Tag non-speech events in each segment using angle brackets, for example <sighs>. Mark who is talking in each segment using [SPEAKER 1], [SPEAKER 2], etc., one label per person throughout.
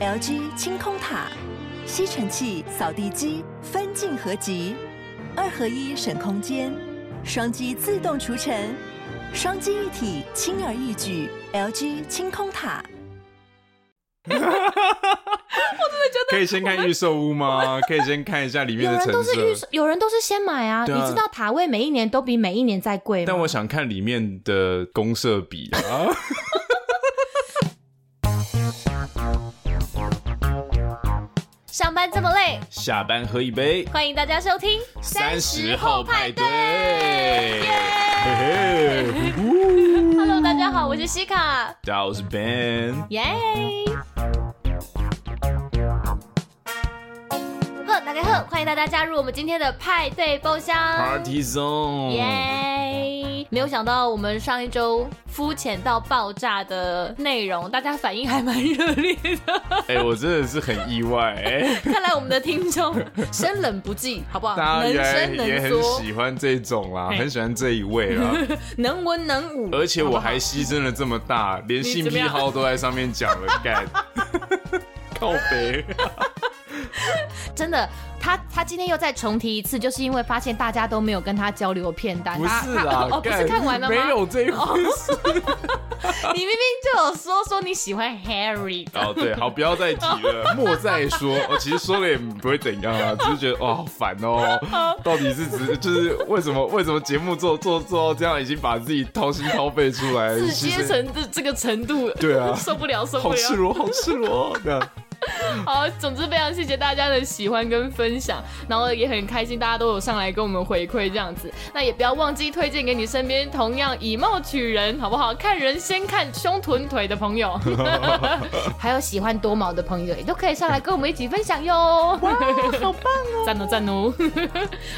[SPEAKER 1] LG 清空塔、吸尘器、扫地机分镜合集，二合一省空间，双击自动除尘，双击一体轻而易举。LG 清空塔。
[SPEAKER 2] <laughs> 可以先看预售屋
[SPEAKER 3] <laughs>
[SPEAKER 2] 吗？可以先看一下里面
[SPEAKER 3] 有
[SPEAKER 2] 的
[SPEAKER 3] 人
[SPEAKER 2] 成
[SPEAKER 3] 都是预
[SPEAKER 2] 色。
[SPEAKER 3] 售，有人都是先买啊。
[SPEAKER 2] 对啊
[SPEAKER 3] 你知道塔位每一年都比每一年再贵吗？
[SPEAKER 2] 但我想看里面的公社比啊。
[SPEAKER 3] 上班这么累，
[SPEAKER 2] 下班喝一杯，
[SPEAKER 3] 欢迎大家收听
[SPEAKER 2] 30
[SPEAKER 3] 耶
[SPEAKER 2] 嘿嘿呼呼
[SPEAKER 3] Hello，大家好，我是西卡，
[SPEAKER 2] 大家好，我是 Ben。
[SPEAKER 3] 耶！呵，大家好，欢迎大家加入我们今天的派对包厢。
[SPEAKER 2] Party Zone，
[SPEAKER 3] 耶！没有想到我们上一周肤浅到爆炸的内容，大家反应还蛮热烈的。
[SPEAKER 2] 哎、我真的是很意外，哎、
[SPEAKER 3] <laughs> 看来我们的
[SPEAKER 2] <laughs>
[SPEAKER 3] 听众生冷不忌，好不好？
[SPEAKER 2] 大家
[SPEAKER 3] 能
[SPEAKER 2] 原来
[SPEAKER 3] 生
[SPEAKER 2] 也
[SPEAKER 3] 能
[SPEAKER 2] 很
[SPEAKER 3] 缩，
[SPEAKER 2] 喜欢这种啦，
[SPEAKER 3] 嘿
[SPEAKER 2] 很喜欢这一位
[SPEAKER 3] <laughs>
[SPEAKER 2] 啦，
[SPEAKER 3] 能文能武。
[SPEAKER 2] 而且我还牺牲了这么大，连性癖好都在上面讲了，
[SPEAKER 3] <laughs>
[SPEAKER 2] 干，靠北，
[SPEAKER 3] 真的，他他今天又再重提一次，就是因为发现大家都没有跟他交流片单。
[SPEAKER 2] 不
[SPEAKER 3] 他
[SPEAKER 2] 是
[SPEAKER 3] 他
[SPEAKER 2] 啦，
[SPEAKER 3] 哦，不
[SPEAKER 2] 干
[SPEAKER 3] 是看完了吗？
[SPEAKER 2] 没有这一回事。
[SPEAKER 3] 你明明就有说说你喜欢 Harry 的。
[SPEAKER 2] 哦， <laughs> 对，好，不要再提了，莫再说。我、其实说了也不会怎样啊，只是觉得哇，好烦哦。到底是只就是为什么为什么节目做做做到这样，已经把自己掏心掏肺出来，
[SPEAKER 3] 自
[SPEAKER 2] 其
[SPEAKER 3] 接
[SPEAKER 2] 实
[SPEAKER 3] 成这这个程度，
[SPEAKER 2] 哎对啊
[SPEAKER 3] <laughs> 受不了，受不
[SPEAKER 2] 好赤
[SPEAKER 3] 了。
[SPEAKER 2] 裸，好赤裸。对
[SPEAKER 3] <laughs>
[SPEAKER 2] 啊，
[SPEAKER 3] 好，总之非常谢谢大家的喜欢跟分享，然后也很开心大家都有上来跟我们回馈这样子。那也不要忘记推荐给你身边同样以貌取人，好不好？看人先看胸臀腿的朋友，还有喜欢多毛的朋友，也都可以上来跟我们一起分享哟。哇，好棒哦！ <laughs> 赞哦赞哦！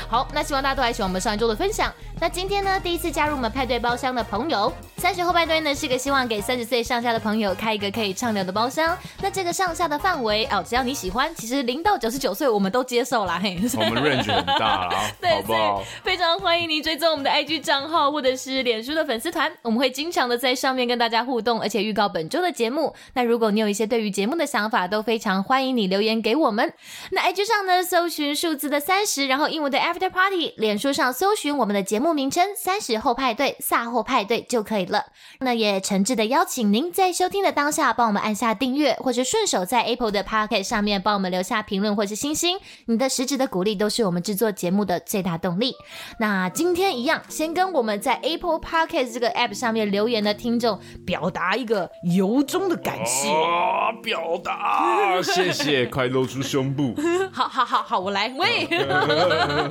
[SPEAKER 3] 好，那希望大家都还喜欢我们上一周的分享。那今天呢，第一次加入我们派对包厢的朋友，三十后半堆呢是个希望给三十岁上下的朋友开一个可以畅聊的包厢。那这个上下的范围哦，只要你喜欢，其实零到九十九岁我们都接受啦，嘿。
[SPEAKER 2] 我们 range 很大啦，
[SPEAKER 3] 对，
[SPEAKER 2] 好不好
[SPEAKER 3] 所以？非常欢迎您追踪我们的 IG 账号或者是脸书的粉丝团，我们会经常的在上面跟大家互动，而且预告本周的节目。那如果你有一些对于节目的想法，都非常欢迎你留言给我们。那 IG 上呢，搜寻数字的三十，然后英文的 After Party；脸书上搜寻我们的节目名称“三十后派对”“萨后派对”就可以了。那也诚挚的邀请您在收听的当下，帮我们按下订阅，或者顺手在 Apple 的 p o c k e t 上面帮我们留下评论或是星星。你的实质的鼓励都是我们制作节目的最大动力。那今天一样，先跟我们在 Apple p o c k e t 这个 App 上面留言的听众表达一个由衷的感谢。
[SPEAKER 2] 啊，表达，谢谢，快露出胸
[SPEAKER 3] <laughs>
[SPEAKER 2] 部。 <laughs>
[SPEAKER 3] 好好好好，我来。喂，
[SPEAKER 2] 嗯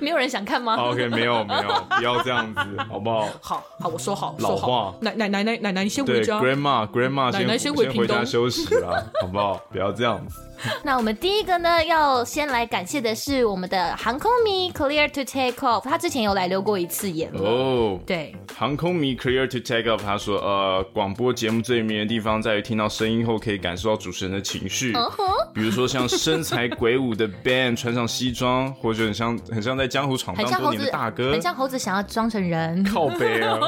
[SPEAKER 3] 没有人想看吗？
[SPEAKER 2] 哦 OK，没有没有，不要这样子，好不好？
[SPEAKER 3] 好好，我说好，
[SPEAKER 2] 老
[SPEAKER 3] 说好
[SPEAKER 2] 话。
[SPEAKER 3] 奶奶奶奶奶奶，你 <laughs> 先
[SPEAKER 2] 对
[SPEAKER 3] 回家。啊
[SPEAKER 2] ，grandma grandma
[SPEAKER 3] 奶奶先
[SPEAKER 2] 先
[SPEAKER 3] 回
[SPEAKER 2] 先
[SPEAKER 3] 屏
[SPEAKER 2] 回家
[SPEAKER 3] 东
[SPEAKER 2] 休息啦， <laughs> 好不好？不要这样子。
[SPEAKER 3] 那我们第一个呢，要先来感谢的是我们的航空迷 Clear to Take Off，他之前有来留过一次言了。
[SPEAKER 2] 哦，
[SPEAKER 3] 对，
[SPEAKER 2] 航空迷 Clear to Take Up，他说，呃，广播节目最迷人的地方在于听到声音后可以感受到主持人的情绪，
[SPEAKER 3] 哦
[SPEAKER 2] 比如说像身材鬼舞的 Ben 穿上西装，或者很像很像在江湖闯
[SPEAKER 3] 很
[SPEAKER 2] 荡
[SPEAKER 3] 像
[SPEAKER 2] 多
[SPEAKER 3] 猴
[SPEAKER 2] 年
[SPEAKER 3] 子
[SPEAKER 2] 的大哥
[SPEAKER 3] 很，像猴子想要装成人。
[SPEAKER 2] 靠背
[SPEAKER 3] <laughs>
[SPEAKER 2] 啊，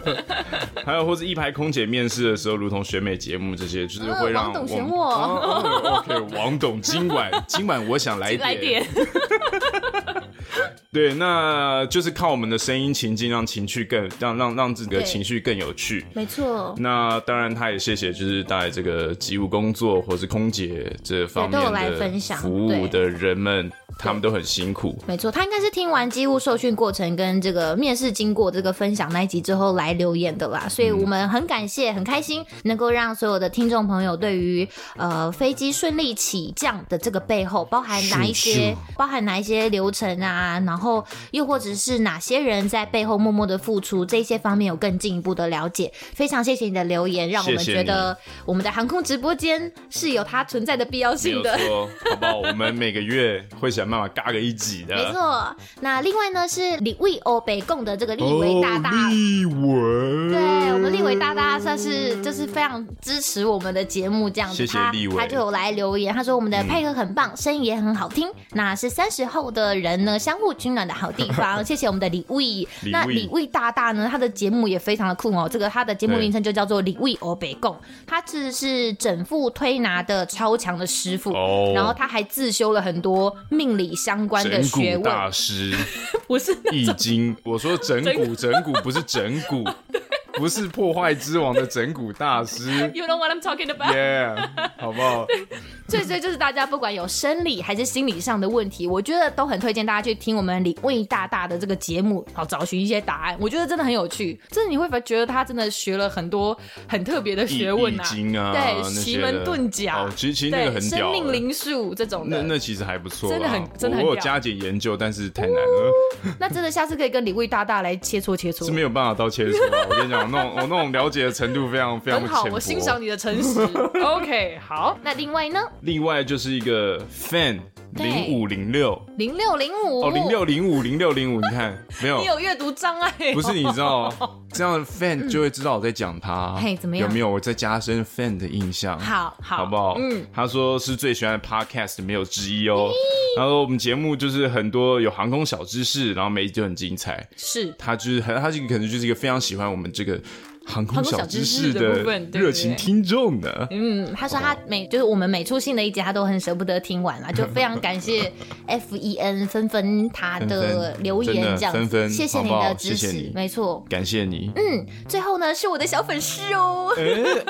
[SPEAKER 2] <laughs> 还有或者一排空姐面试的时候，如同选美节目这些，就是会让
[SPEAKER 3] 嗯王董
[SPEAKER 2] 我们
[SPEAKER 3] 选我
[SPEAKER 2] 哦哦，OK，王董今晚今晚我想来
[SPEAKER 3] 来点，
[SPEAKER 2] 对，那就是靠我们的声音情境，让情绪更让让让自己的
[SPEAKER 3] 对
[SPEAKER 2] 情绪更有趣。
[SPEAKER 3] <laughs> 没错，
[SPEAKER 2] 那当然，他也谢谢就是带这个机务工作或是空姐这方面
[SPEAKER 3] 对都有来分
[SPEAKER 2] 的
[SPEAKER 3] 享
[SPEAKER 2] 服务的人们，他们都很辛苦。
[SPEAKER 3] 没错，他应该是听完机务受训过程跟这个面试经过这个分享那一集之后来留言的
[SPEAKER 2] 嗯
[SPEAKER 3] 啦，所以我们很感谢，很开心能够让所有的听众朋友对于呃飞机顺利起降的这个背后，包含哪一
[SPEAKER 2] 是
[SPEAKER 3] 些
[SPEAKER 2] 是，
[SPEAKER 3] 包含哪一些流程啊，然后又或者是哪些人在背后默默的付出，这些方面有更进一步的了解。非常谢谢你的留言，让我们
[SPEAKER 2] 谢谢
[SPEAKER 3] 觉得我们的航空直播间是有它存在的必要
[SPEAKER 2] 没有
[SPEAKER 3] 性的。
[SPEAKER 2] 错，好不好？我们每个月会想想办法尬个一集的。
[SPEAKER 3] 没错。那另外呢是李卫欧北贡的这个立维大大。
[SPEAKER 2] 哦立文，
[SPEAKER 3] 对我们立伟大大算是就是非常支持我们的节目这样子，
[SPEAKER 2] 谢谢
[SPEAKER 3] 他
[SPEAKER 2] 立嗯伟
[SPEAKER 3] 他就有来留言，他说我们的配合很棒，声音也很好听，那是三十后的人呢相互取暖的好地
[SPEAKER 2] <laughs>
[SPEAKER 3] 方。谢谢我们的李卫，
[SPEAKER 2] 李
[SPEAKER 3] 那
[SPEAKER 2] 卫
[SPEAKER 3] 李卫大大呢，他的节目也非常的酷哦，这个他的节目名称就叫做李卫欧北贡，他是是整副推拿的超强的师傅。
[SPEAKER 2] 哦，
[SPEAKER 3] 然后他还自修了很多命理相关的
[SPEAKER 2] 整
[SPEAKER 3] 学
[SPEAKER 2] 蛊
[SPEAKER 3] 问，
[SPEAKER 2] 大师
[SPEAKER 3] 不是
[SPEAKER 2] <laughs> 易经，我说整蛊整蛊不是整
[SPEAKER 3] <laughs>
[SPEAKER 2] 蛊，不是破坏之王的整蛊大师
[SPEAKER 4] You know what I'm talking about？
[SPEAKER 2] ，yeah，好 <laughs> 不好？
[SPEAKER 3] 所以，所以就是大家不管有生理还是心理上的问题，我觉得都很推荐大家去听我们李卫大大的这个节目，好找寻一些答案。我觉得真的很有趣，真的你会觉得他真的学了很多很特别的
[SPEAKER 2] 易
[SPEAKER 3] 学问
[SPEAKER 2] 易
[SPEAKER 3] 啊，
[SPEAKER 2] 经啊，
[SPEAKER 3] 对
[SPEAKER 2] 那些的
[SPEAKER 3] 奇门遁甲
[SPEAKER 2] 哦，其实其实那个
[SPEAKER 3] 对，
[SPEAKER 2] 很屌
[SPEAKER 3] 生命
[SPEAKER 2] 欸。
[SPEAKER 3] 灵数这种
[SPEAKER 2] 那
[SPEAKER 3] 的。
[SPEAKER 2] 那其实还不错啦，
[SPEAKER 3] 真的很真的很
[SPEAKER 2] 我我有
[SPEAKER 3] 屌
[SPEAKER 2] 加减研究，但是太难了，
[SPEAKER 3] 那真的下次可以跟李卫大大来切磋切磋
[SPEAKER 2] 是。没有办法到切磋啊。我跟你讲，我那种我那种了解的程度非常非常
[SPEAKER 3] 很
[SPEAKER 2] 浅
[SPEAKER 3] 好，
[SPEAKER 2] 薄。
[SPEAKER 3] 我欣赏你的
[SPEAKER 2] <laughs>
[SPEAKER 3] 诚实。OK，好。那另外呢？
[SPEAKER 2] 另外就是一个 fan
[SPEAKER 3] 对
[SPEAKER 2] 零五零六
[SPEAKER 3] 零六零五
[SPEAKER 2] 哦，零，六零五零六零五，你看没有
[SPEAKER 3] <laughs> 你？有阅读障碍哦、
[SPEAKER 2] 不是你知道，啊
[SPEAKER 3] <laughs>
[SPEAKER 2] 这样 fan 就会知道我在讲他，
[SPEAKER 3] 嘿怎么样
[SPEAKER 2] 有没有？我再加深 fan 的印象，
[SPEAKER 3] 好好
[SPEAKER 2] 好不好？嗯，他说是最喜欢的 podcast 没有之一哦。然后我们节目就是很多有航空小知识，然后每一集都很精彩。
[SPEAKER 3] 是
[SPEAKER 2] 他就是很，他这个可能就是一个非常喜欢我们这个航空
[SPEAKER 3] 航空小
[SPEAKER 2] 小知
[SPEAKER 3] 知识
[SPEAKER 2] 识
[SPEAKER 3] 的部分对
[SPEAKER 2] 热情听众呢。
[SPEAKER 3] 嗯，他说他每就是我们每出新的一集，他都很舍不得听完啦，就非常
[SPEAKER 2] <laughs>
[SPEAKER 3] 感谢 F E N 纷纷他的留
[SPEAKER 2] 真
[SPEAKER 3] 言
[SPEAKER 2] 的
[SPEAKER 3] 这样子，
[SPEAKER 2] 纷纷
[SPEAKER 3] 谢谢
[SPEAKER 2] 好
[SPEAKER 3] 你
[SPEAKER 2] 不好
[SPEAKER 3] 的支
[SPEAKER 2] 谢
[SPEAKER 3] 持，
[SPEAKER 2] 谢你
[SPEAKER 3] 没错。
[SPEAKER 2] 感谢你。
[SPEAKER 3] 嗯，最后呢是我的小粉丝哦。
[SPEAKER 2] 哎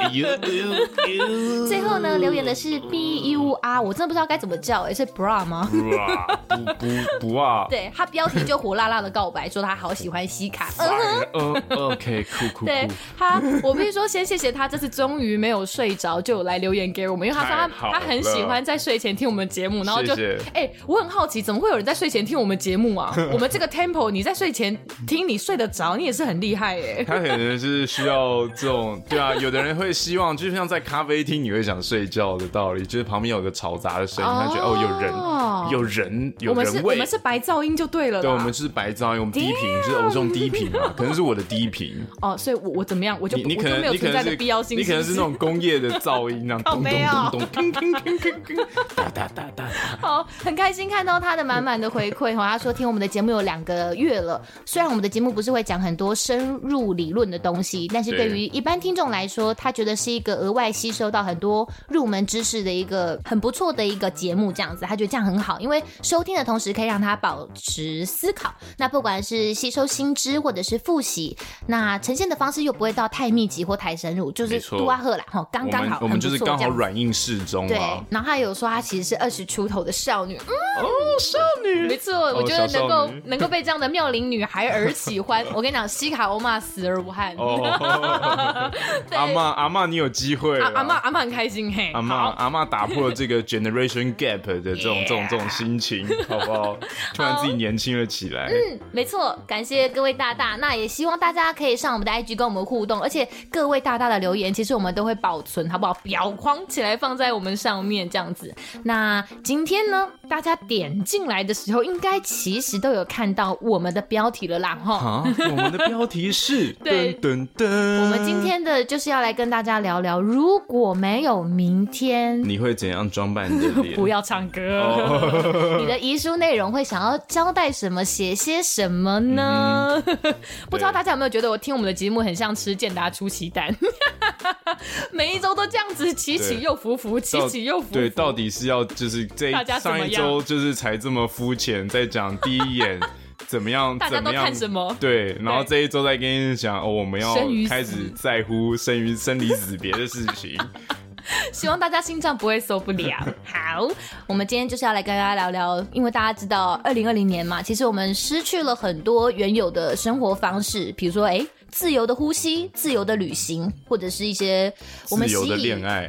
[SPEAKER 2] 哎呦哎呦哎呦
[SPEAKER 3] 最后呢留言的是 B U R，我真的不知道该怎么叫，诶是 bra 吗？
[SPEAKER 2] 不啊，不不不啊！
[SPEAKER 3] 对他标题就火辣辣的告白，说他好喜欢西卡。嗯
[SPEAKER 2] 哦，OK，酷酷酷，
[SPEAKER 3] 对他，我必须说先谢谢他，这次终于没有睡着就有来留言给我们，因为他说
[SPEAKER 2] 太
[SPEAKER 3] 他
[SPEAKER 2] 好
[SPEAKER 3] 他很喜
[SPEAKER 2] 了
[SPEAKER 3] 欢在睡前听我们节目，然后就
[SPEAKER 2] 谢谢
[SPEAKER 3] 哎、我很好奇怎么会有人在睡前听我们节目啊？我们这个 tempo 你在睡前听你睡得着，你也是很厉害哎、
[SPEAKER 2] 他可能是需要这种，对啊，有的人会希望，就像在咖啡厅你会想睡觉的道理，就是旁边有个嘈杂的声音，他觉得
[SPEAKER 3] 哦
[SPEAKER 2] 哦有人，有
[SPEAKER 3] 我
[SPEAKER 2] 人，有
[SPEAKER 3] 们是
[SPEAKER 2] 人
[SPEAKER 3] 我
[SPEAKER 2] 味
[SPEAKER 3] 们。是白噪音就对了啦，
[SPEAKER 2] 对，我们是白噪音，我们低频是，我是用低频嘛，可能是我的低频。
[SPEAKER 3] 哦，所以我我怎么样，我就
[SPEAKER 2] 你你
[SPEAKER 3] 我
[SPEAKER 2] 可
[SPEAKER 3] 就
[SPEAKER 2] 能
[SPEAKER 3] 没有
[SPEAKER 2] 你可
[SPEAKER 3] 存
[SPEAKER 2] 能
[SPEAKER 3] 在
[SPEAKER 2] 是
[SPEAKER 3] 的必要性，
[SPEAKER 2] 你可能
[SPEAKER 3] 是
[SPEAKER 2] 是那种工业的噪音，那样咚
[SPEAKER 3] 没有
[SPEAKER 2] 咚咚咚咚咚咚咚咚，哒哒哒哒。 <laughs>
[SPEAKER 3] 好，很开心看到他的满满的回馈哈。他说听我们的节目有两个月了，虽然我们的节目不是会讲很多深入理论的东西，但是对于一般听众来说，他觉得是一个额外吸收到很多入门知识的一个很不错的一个节目，这样子，他觉得这样很好，因为收听的同时可以让他保持思考。那不管是吸收新知或者是复习，那呈现的方式又不会到太密集或太深入，就是
[SPEAKER 2] 没错
[SPEAKER 3] 杜阿赫啦，哈，刚
[SPEAKER 2] 我
[SPEAKER 3] 刚
[SPEAKER 2] 们
[SPEAKER 3] 好，
[SPEAKER 2] 我
[SPEAKER 3] 很
[SPEAKER 2] 们
[SPEAKER 3] 不
[SPEAKER 2] 就是
[SPEAKER 3] 错
[SPEAKER 2] 刚
[SPEAKER 3] 这
[SPEAKER 2] 好
[SPEAKER 3] 样子
[SPEAKER 2] 软硬适中
[SPEAKER 3] 对
[SPEAKER 2] 啊。，
[SPEAKER 3] 然后他有说他其实是二十出头的少女，嗯，
[SPEAKER 2] 哦，少女
[SPEAKER 3] 没错，我觉得
[SPEAKER 2] 哦小少
[SPEAKER 3] 能够
[SPEAKER 2] 女 <laughs>
[SPEAKER 3] 能够被这样的妙龄女孩儿喜欢，我跟你讲，西卡欧玛死而无憾。
[SPEAKER 2] 哦，阿妈阿妈，你有机会
[SPEAKER 4] 阿
[SPEAKER 2] 了
[SPEAKER 4] 阿妈阿妈很开心嘿，
[SPEAKER 2] 啊阿妈
[SPEAKER 4] 好
[SPEAKER 2] 阿妈打破了这个 generation gap 的这
[SPEAKER 4] <laughs>
[SPEAKER 2] 种这种这种心情，好不好？突然自己年轻了起来。
[SPEAKER 3] 嗯，没错，感谢各位大大，那也希望大家可以上我们的 IG 跟我们互动，而且各位大大的留言，其实我们都会保存，好不好？裱框起来放在我们上面这样子。那今天呢，大家点进来的时候，应该其实都有看到我们的标题了啦，哈。
[SPEAKER 2] 啊，我们的标
[SPEAKER 4] <laughs>
[SPEAKER 2] 题是
[SPEAKER 3] 对
[SPEAKER 2] 噔噔噔。
[SPEAKER 3] 我
[SPEAKER 2] 我
[SPEAKER 3] 们今天的就是要来跟大家聊聊，如果没有明天，
[SPEAKER 2] 你会怎样装扮你的脸？
[SPEAKER 4] <laughs>
[SPEAKER 2] 哦
[SPEAKER 4] 不要唱歌。 <laughs>
[SPEAKER 3] 你的遗书内容会想要交代什么，写些什么呢？不知道大家有没有觉得我听我们的节目很像吃健达出奇蛋， <laughs> 每一周都这样子起起又伏伏，起
[SPEAKER 2] 到
[SPEAKER 4] 起又伏
[SPEAKER 2] 对，
[SPEAKER 4] 伏。
[SPEAKER 2] 到底是要就是这
[SPEAKER 4] 大家
[SPEAKER 2] 一
[SPEAKER 4] 怎么样
[SPEAKER 2] 上一周就是才这么肤浅，在讲第
[SPEAKER 4] <laughs>
[SPEAKER 2] 一眼怎么样，
[SPEAKER 4] 大家
[SPEAKER 2] 怎
[SPEAKER 4] 都
[SPEAKER 2] 么样
[SPEAKER 4] 看什么
[SPEAKER 2] 对，然后这一周再跟你讲哦，我们要
[SPEAKER 4] 生与死
[SPEAKER 2] 开始在乎生于生离死别的事
[SPEAKER 4] <laughs>
[SPEAKER 2] 情。
[SPEAKER 3] 希望大家心脏不会受不
[SPEAKER 2] <laughs>
[SPEAKER 3] 了。好，我们今天就是要来跟大家聊聊，因为大家知道，二零二零年嘛，其实我们失去了很多原有的生活方式，比如说，哎、自由的呼吸、自由的旅行，或者是一些我们
[SPEAKER 2] 自由的
[SPEAKER 3] 习以
[SPEAKER 2] 恋爱，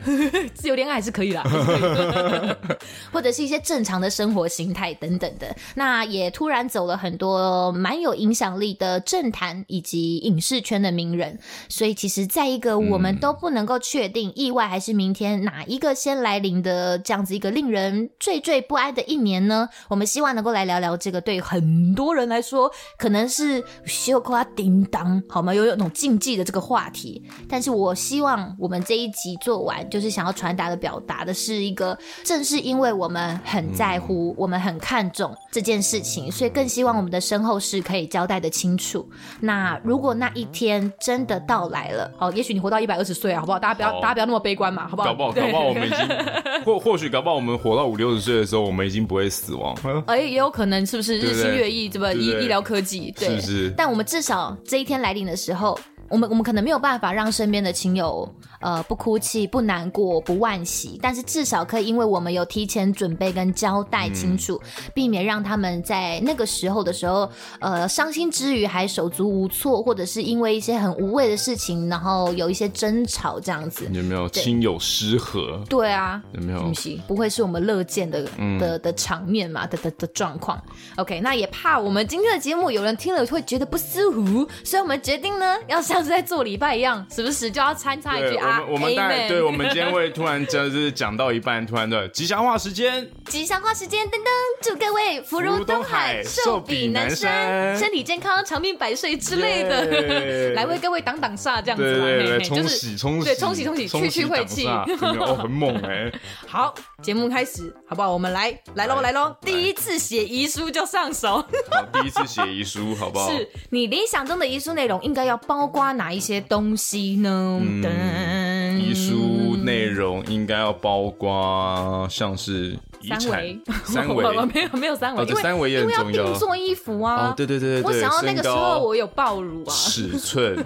[SPEAKER 3] 自由恋爱还是可以
[SPEAKER 2] <laughs>
[SPEAKER 3] 啦，还是可以的或者是一些正常的生活形态等等的。那也突然走了很多蛮有影响力的政坛以及影视圈的名人，所以其实在一个我
[SPEAKER 2] 嗯
[SPEAKER 3] 们都不能够确定意外还是明天哪一个先来临的这样子一个令人惴惴不安的一年呢，我们希望能够来聊聊这个对很多人来说可能是羞夸叮当好吗？有有种禁忌的这个话题，但是我希望我们这一集做完，就是想要传达的表达的是一个，正是因为我们很在乎，我们很看重这件事情，所以更希望我们的身后事可以交代的清楚。那如果那一天真的到来了，哦，也许你活到一百二十岁啊，好不好？大家不要，
[SPEAKER 2] 好
[SPEAKER 3] 大家不要那么悲观嘛，好不好？
[SPEAKER 2] 搞不好
[SPEAKER 3] 对
[SPEAKER 2] 搞不好我们已经或 <laughs> 或许搞不好我们活到五六十岁的时候，我们已经不会死亡，
[SPEAKER 3] <laughs> 哎，也有可能是不是
[SPEAKER 2] 对
[SPEAKER 3] 日
[SPEAKER 2] 不
[SPEAKER 3] 新
[SPEAKER 2] 对
[SPEAKER 3] 月异，对吧？
[SPEAKER 2] 对
[SPEAKER 3] 医
[SPEAKER 2] 不对
[SPEAKER 3] 医疗科技，对，
[SPEAKER 2] 是不是？
[SPEAKER 3] 但我们至少这一天来临的时候，我们我们可能没有办法让身边的亲友呃不哭泣、不难过、不惋惜，但是至少可以因为我们有提前准备跟交代清楚，避免让他们在那个时候的时候，呃，伤心之余还手足无措，或者是因为一些很无谓的事情，然后有一些争吵这样子。
[SPEAKER 2] 有没有亲友失和？
[SPEAKER 3] 对啊，
[SPEAKER 2] 有没有嗯
[SPEAKER 3] 东？西，不会是我们乐见的的的场面嘛的的的状况。OK，那也怕我们今天的节目有人听了会觉得不舒服，所以我们决定呢，要像是在做礼拜一样，时不时就要参插一句
[SPEAKER 2] 对，我
[SPEAKER 3] 啊
[SPEAKER 2] 们我们大概
[SPEAKER 3] Amen，
[SPEAKER 2] 对，我们今天会突然就是讲到一半，突然的吉祥话时间，
[SPEAKER 3] 吉祥话时间，噔噔，祝各位福如东海，
[SPEAKER 2] 福如东海
[SPEAKER 3] 寿比南山，
[SPEAKER 2] 寿比南山
[SPEAKER 3] 身体健康，长命百岁之类的，
[SPEAKER 2] 耶
[SPEAKER 3] 来为各位挡挡煞这样子
[SPEAKER 2] 对
[SPEAKER 3] 啦，
[SPEAKER 2] 对
[SPEAKER 3] 嘿
[SPEAKER 2] 对，
[SPEAKER 3] 嘿
[SPEAKER 2] 冲
[SPEAKER 3] 就是
[SPEAKER 2] 洗冲洗，
[SPEAKER 3] 对冲洗冲洗去去晦
[SPEAKER 2] 挡
[SPEAKER 3] 气
[SPEAKER 2] 煞有没有哦，很猛哎，
[SPEAKER 3] 好，节目开始，好不好？我们来来喽
[SPEAKER 2] 来
[SPEAKER 3] 来喽，
[SPEAKER 2] 来
[SPEAKER 3] 第一次写遗书就上手。
[SPEAKER 2] 好， <laughs> 第一次写遗书，好不好？
[SPEAKER 3] 是你理想中的遗书内容应该要包括哪一些东西呢？噔
[SPEAKER 2] 嗯遗书内容应该要包括像是遗
[SPEAKER 3] 三
[SPEAKER 2] 产
[SPEAKER 3] 维，
[SPEAKER 2] 三
[SPEAKER 3] 我 <laughs> 我
[SPEAKER 2] 维，
[SPEAKER 3] 没有没有三维，
[SPEAKER 2] 哦对
[SPEAKER 3] 因为
[SPEAKER 2] 三维也很
[SPEAKER 3] 因为要
[SPEAKER 2] 重要
[SPEAKER 3] 定做衣服啊。
[SPEAKER 2] 哦，对对对对
[SPEAKER 3] 我
[SPEAKER 2] 对，
[SPEAKER 3] 想要那
[SPEAKER 2] 身
[SPEAKER 3] 个时
[SPEAKER 2] 高
[SPEAKER 3] 候我有爆乳 <laughs> 啊。
[SPEAKER 2] 尺寸。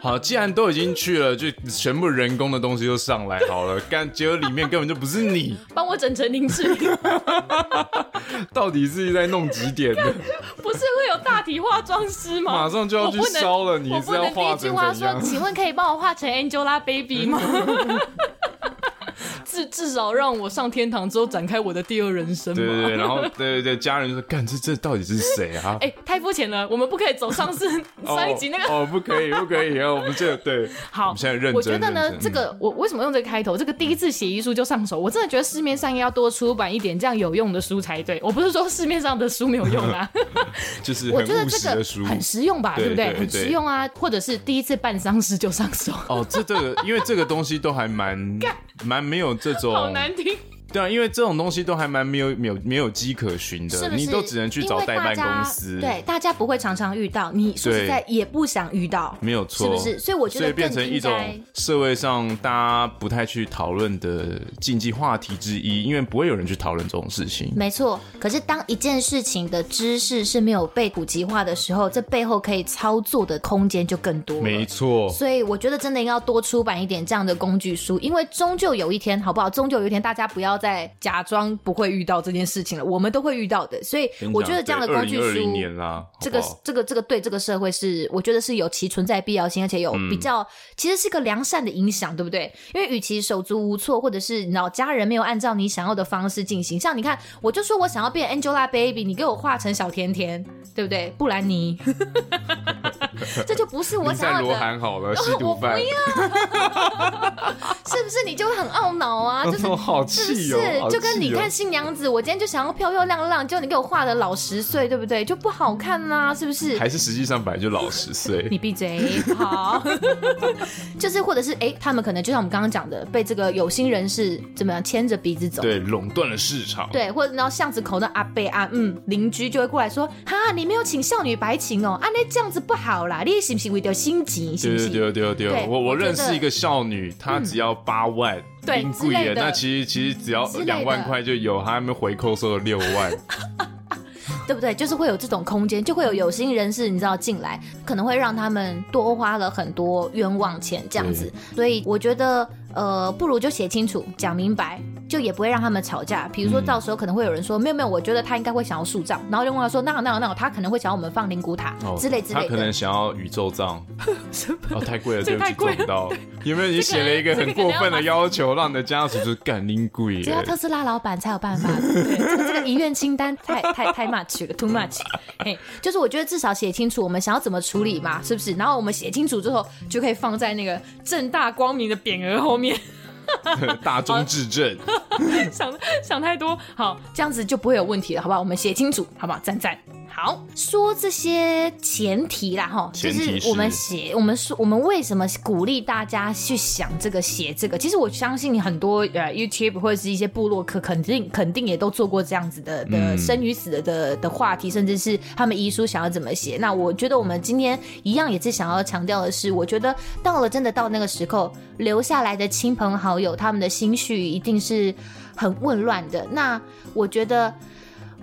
[SPEAKER 2] 好，既然都已经去了，就全部人工的东西就上来好了。 <laughs> 干，结果里面根本就不是你， <laughs>
[SPEAKER 3] 帮我整成林志玲，
[SPEAKER 2] 到底是在弄几点
[SPEAKER 3] <laughs>
[SPEAKER 2] 的？
[SPEAKER 3] 不是会有大体化妆师吗？
[SPEAKER 2] 马上就要去
[SPEAKER 3] 我不能
[SPEAKER 2] 烧了你
[SPEAKER 3] 我不
[SPEAKER 2] 是要
[SPEAKER 3] 能第一
[SPEAKER 2] 画
[SPEAKER 3] 句
[SPEAKER 2] 成
[SPEAKER 3] 话
[SPEAKER 2] 怎
[SPEAKER 3] 说，
[SPEAKER 2] 样
[SPEAKER 3] 请问可以帮我画成 Angelababy 吗？
[SPEAKER 2] <laughs>
[SPEAKER 3] <laughs> 至至少让我上天堂之后展开我的第二人生
[SPEAKER 2] 对对对，然后对对对，家人就说：“干，这这到底是谁啊？”
[SPEAKER 3] <laughs> 哎、太肤浅了，我们不可以
[SPEAKER 2] <laughs>
[SPEAKER 3] 走上次上一集那个
[SPEAKER 2] 哦哦，不可以，不可以，哦我们这对，我
[SPEAKER 3] 好，
[SPEAKER 2] 们现在认真。
[SPEAKER 3] 我觉得呢
[SPEAKER 2] 认，真嗯
[SPEAKER 3] 这个我为什么用这个开头？这个第一次写遗书就上手，我真的觉得市面上应该要多出版一点这样有用的书才对。我不是说市面上的书没有用啊，
[SPEAKER 2] <laughs> 嗯就是
[SPEAKER 3] 我
[SPEAKER 2] 很
[SPEAKER 3] 觉得
[SPEAKER 2] 务
[SPEAKER 3] 这
[SPEAKER 2] 实
[SPEAKER 3] 个
[SPEAKER 2] 的书，
[SPEAKER 3] <laughs> 很实用吧，
[SPEAKER 2] 对
[SPEAKER 3] 不对？
[SPEAKER 2] 对对
[SPEAKER 3] 很实用啊，或者是第一次办丧事就上手，
[SPEAKER 2] 哦，这这个，因为这个东西都还蛮蛮没有这
[SPEAKER 3] 好
[SPEAKER 2] 种，
[SPEAKER 3] 难听。
[SPEAKER 2] 对啊，因为这种东西都还蛮没有没有没有迹可循的，你都只能去找代办公司，
[SPEAKER 3] 对，，大家不会常常遇到，你说实在也不想遇到，
[SPEAKER 2] 没有错，
[SPEAKER 3] 是不是？所以我觉
[SPEAKER 2] 所
[SPEAKER 3] 得
[SPEAKER 2] 以变
[SPEAKER 3] 更
[SPEAKER 2] 成
[SPEAKER 3] 应
[SPEAKER 2] 一
[SPEAKER 3] 该
[SPEAKER 2] 种。社会上大家不太去讨论的禁忌话题之一，因为不会有人去讨论这种事情。
[SPEAKER 3] 没错，可是当一件事情的知识是没有被普及化的时候，这背后可以操作的空间就更多了。
[SPEAKER 2] 没错，
[SPEAKER 3] 所以我觉得真的应该要多出版一点这样的工具书，因为终究有一天，好不好？终究有一天，大家不要再假装不会遇到这件事情了，我们都会遇到的。所以
[SPEAKER 2] 跟你
[SPEAKER 3] 我
[SPEAKER 2] 讲
[SPEAKER 3] 觉得这样的
[SPEAKER 2] 对
[SPEAKER 3] 工具
[SPEAKER 2] 2020
[SPEAKER 3] 书，
[SPEAKER 2] 年啦，
[SPEAKER 3] 这个
[SPEAKER 2] 好不好
[SPEAKER 3] 这个这个对这个社会是，我觉得是有其存在必要性，而且有
[SPEAKER 2] 嗯
[SPEAKER 3] 比较、其实是个良善的影响，对不对？因为与其手足无措，或者是你知道家人没有按照你想要的方式进行，像你
[SPEAKER 2] 嗯
[SPEAKER 3] 看，我就说我想要变 Angelababy，你给我画成小甜甜，对不对？布兰妮， <laughs> 这就不是我
[SPEAKER 2] 林
[SPEAKER 3] 想
[SPEAKER 2] <laughs> 赛
[SPEAKER 3] 要
[SPEAKER 2] 罗
[SPEAKER 3] 的。
[SPEAKER 2] 韩
[SPEAKER 3] <laughs>
[SPEAKER 2] 好了，吸
[SPEAKER 3] 我
[SPEAKER 2] 毒
[SPEAKER 3] 不
[SPEAKER 2] 犯，
[SPEAKER 3] 是不是你就会很懊恼
[SPEAKER 2] <laughs>
[SPEAKER 3] 啊？就是
[SPEAKER 2] 好
[SPEAKER 3] 是不
[SPEAKER 2] 气哦，
[SPEAKER 3] 是
[SPEAKER 2] 好
[SPEAKER 3] 就跟你
[SPEAKER 2] 气哦
[SPEAKER 3] 看新娘子，我今天就想要漂漂亮亮，结果你给我画的老十岁，对不对？就不好看啦、是不是？
[SPEAKER 2] 还是实际上本来就老十岁
[SPEAKER 3] <laughs> 你，闭嘴，好， <laughs> 就是或者是哎、诶他们可能就像我们刚刚讲的，被这个有心人士怎么样牵着鼻子走。
[SPEAKER 2] 对，垄断了市场，
[SPEAKER 3] 对，或者然后巷子口的阿伯啊，嗯，邻居就会过来说：“哈，你没有请少女白情哦，啊，那这样子不好啦，你是不是为了心急？是
[SPEAKER 2] 对
[SPEAKER 3] 不是？”
[SPEAKER 2] 对对对对
[SPEAKER 3] 对
[SPEAKER 2] 对，我
[SPEAKER 3] 我
[SPEAKER 2] 我
[SPEAKER 3] 觉
[SPEAKER 2] 认
[SPEAKER 3] 得嗯
[SPEAKER 2] 识一个少女，她只要八万，
[SPEAKER 3] 对
[SPEAKER 2] 冰
[SPEAKER 3] 之
[SPEAKER 2] 柜
[SPEAKER 3] 类
[SPEAKER 2] 耶
[SPEAKER 3] 的
[SPEAKER 2] 那其实其实只要
[SPEAKER 3] 之类的
[SPEAKER 2] 两万块就有，她还没回扣收了六万，
[SPEAKER 3] 对不对？就是会有这种空间，就会有有心人士，你知道进来，可能会让他们多花了很多冤枉钱这样子。所以我觉得呃，不如就写清楚、讲明白，就也不会让他们吵架。比如
[SPEAKER 2] 嗯
[SPEAKER 3] 说，到时候可能会有人说，没有没有，我觉得他应该会想要树葬，然后另外说，那好那好那好，他可能会想要我们放灵骨塔、
[SPEAKER 2] 哦
[SPEAKER 3] 之类之
[SPEAKER 2] 他
[SPEAKER 3] 类
[SPEAKER 2] 可
[SPEAKER 3] 的
[SPEAKER 2] 能。想要宇宙
[SPEAKER 3] <laughs>
[SPEAKER 2] 葬，哦，太贵了，
[SPEAKER 4] 这
[SPEAKER 2] 对
[SPEAKER 4] 个
[SPEAKER 2] 不
[SPEAKER 4] 太
[SPEAKER 2] 起，
[SPEAKER 4] 贵
[SPEAKER 2] 做
[SPEAKER 4] 了
[SPEAKER 2] 不到。有没有你写了一个
[SPEAKER 4] 这个
[SPEAKER 2] 很过分的要求，让你的家属就是干拎鬼
[SPEAKER 3] 只要
[SPEAKER 2] 耶？
[SPEAKER 3] 特斯拉老板才有办法，对这个这个遗愿清单太太太 much 了，too much。嘿，就是我觉得至少写清楚我们想要怎么处理嘛，是不是？然后我们写清楚之后，就可以放在那个正大光明的匾额后面。
[SPEAKER 2] <laughs> 大中至正，
[SPEAKER 3] <laughs> 想想太多，好，这样子就不会有问题了，好不好？我们写清楚，好不好？赞赞。好，说这些前提啦，哈，就
[SPEAKER 2] 前提
[SPEAKER 3] 是
[SPEAKER 2] 是
[SPEAKER 3] 我们写，我们说，我们为什么鼓励大家去想这个写这个？其实我相信很多呃 YouTube 或者是一些部落客，肯定肯定也都做过这样子的的
[SPEAKER 2] 嗯
[SPEAKER 3] 生与死的的的话题，甚至是他们遗书想要怎么写。那我觉得我们今天一样也是想要强调的是，我觉得到了真的到那个时
[SPEAKER 2] <laughs>
[SPEAKER 3] 候，留下来的亲朋好友，他们的心绪一定是很混乱的。那我觉得。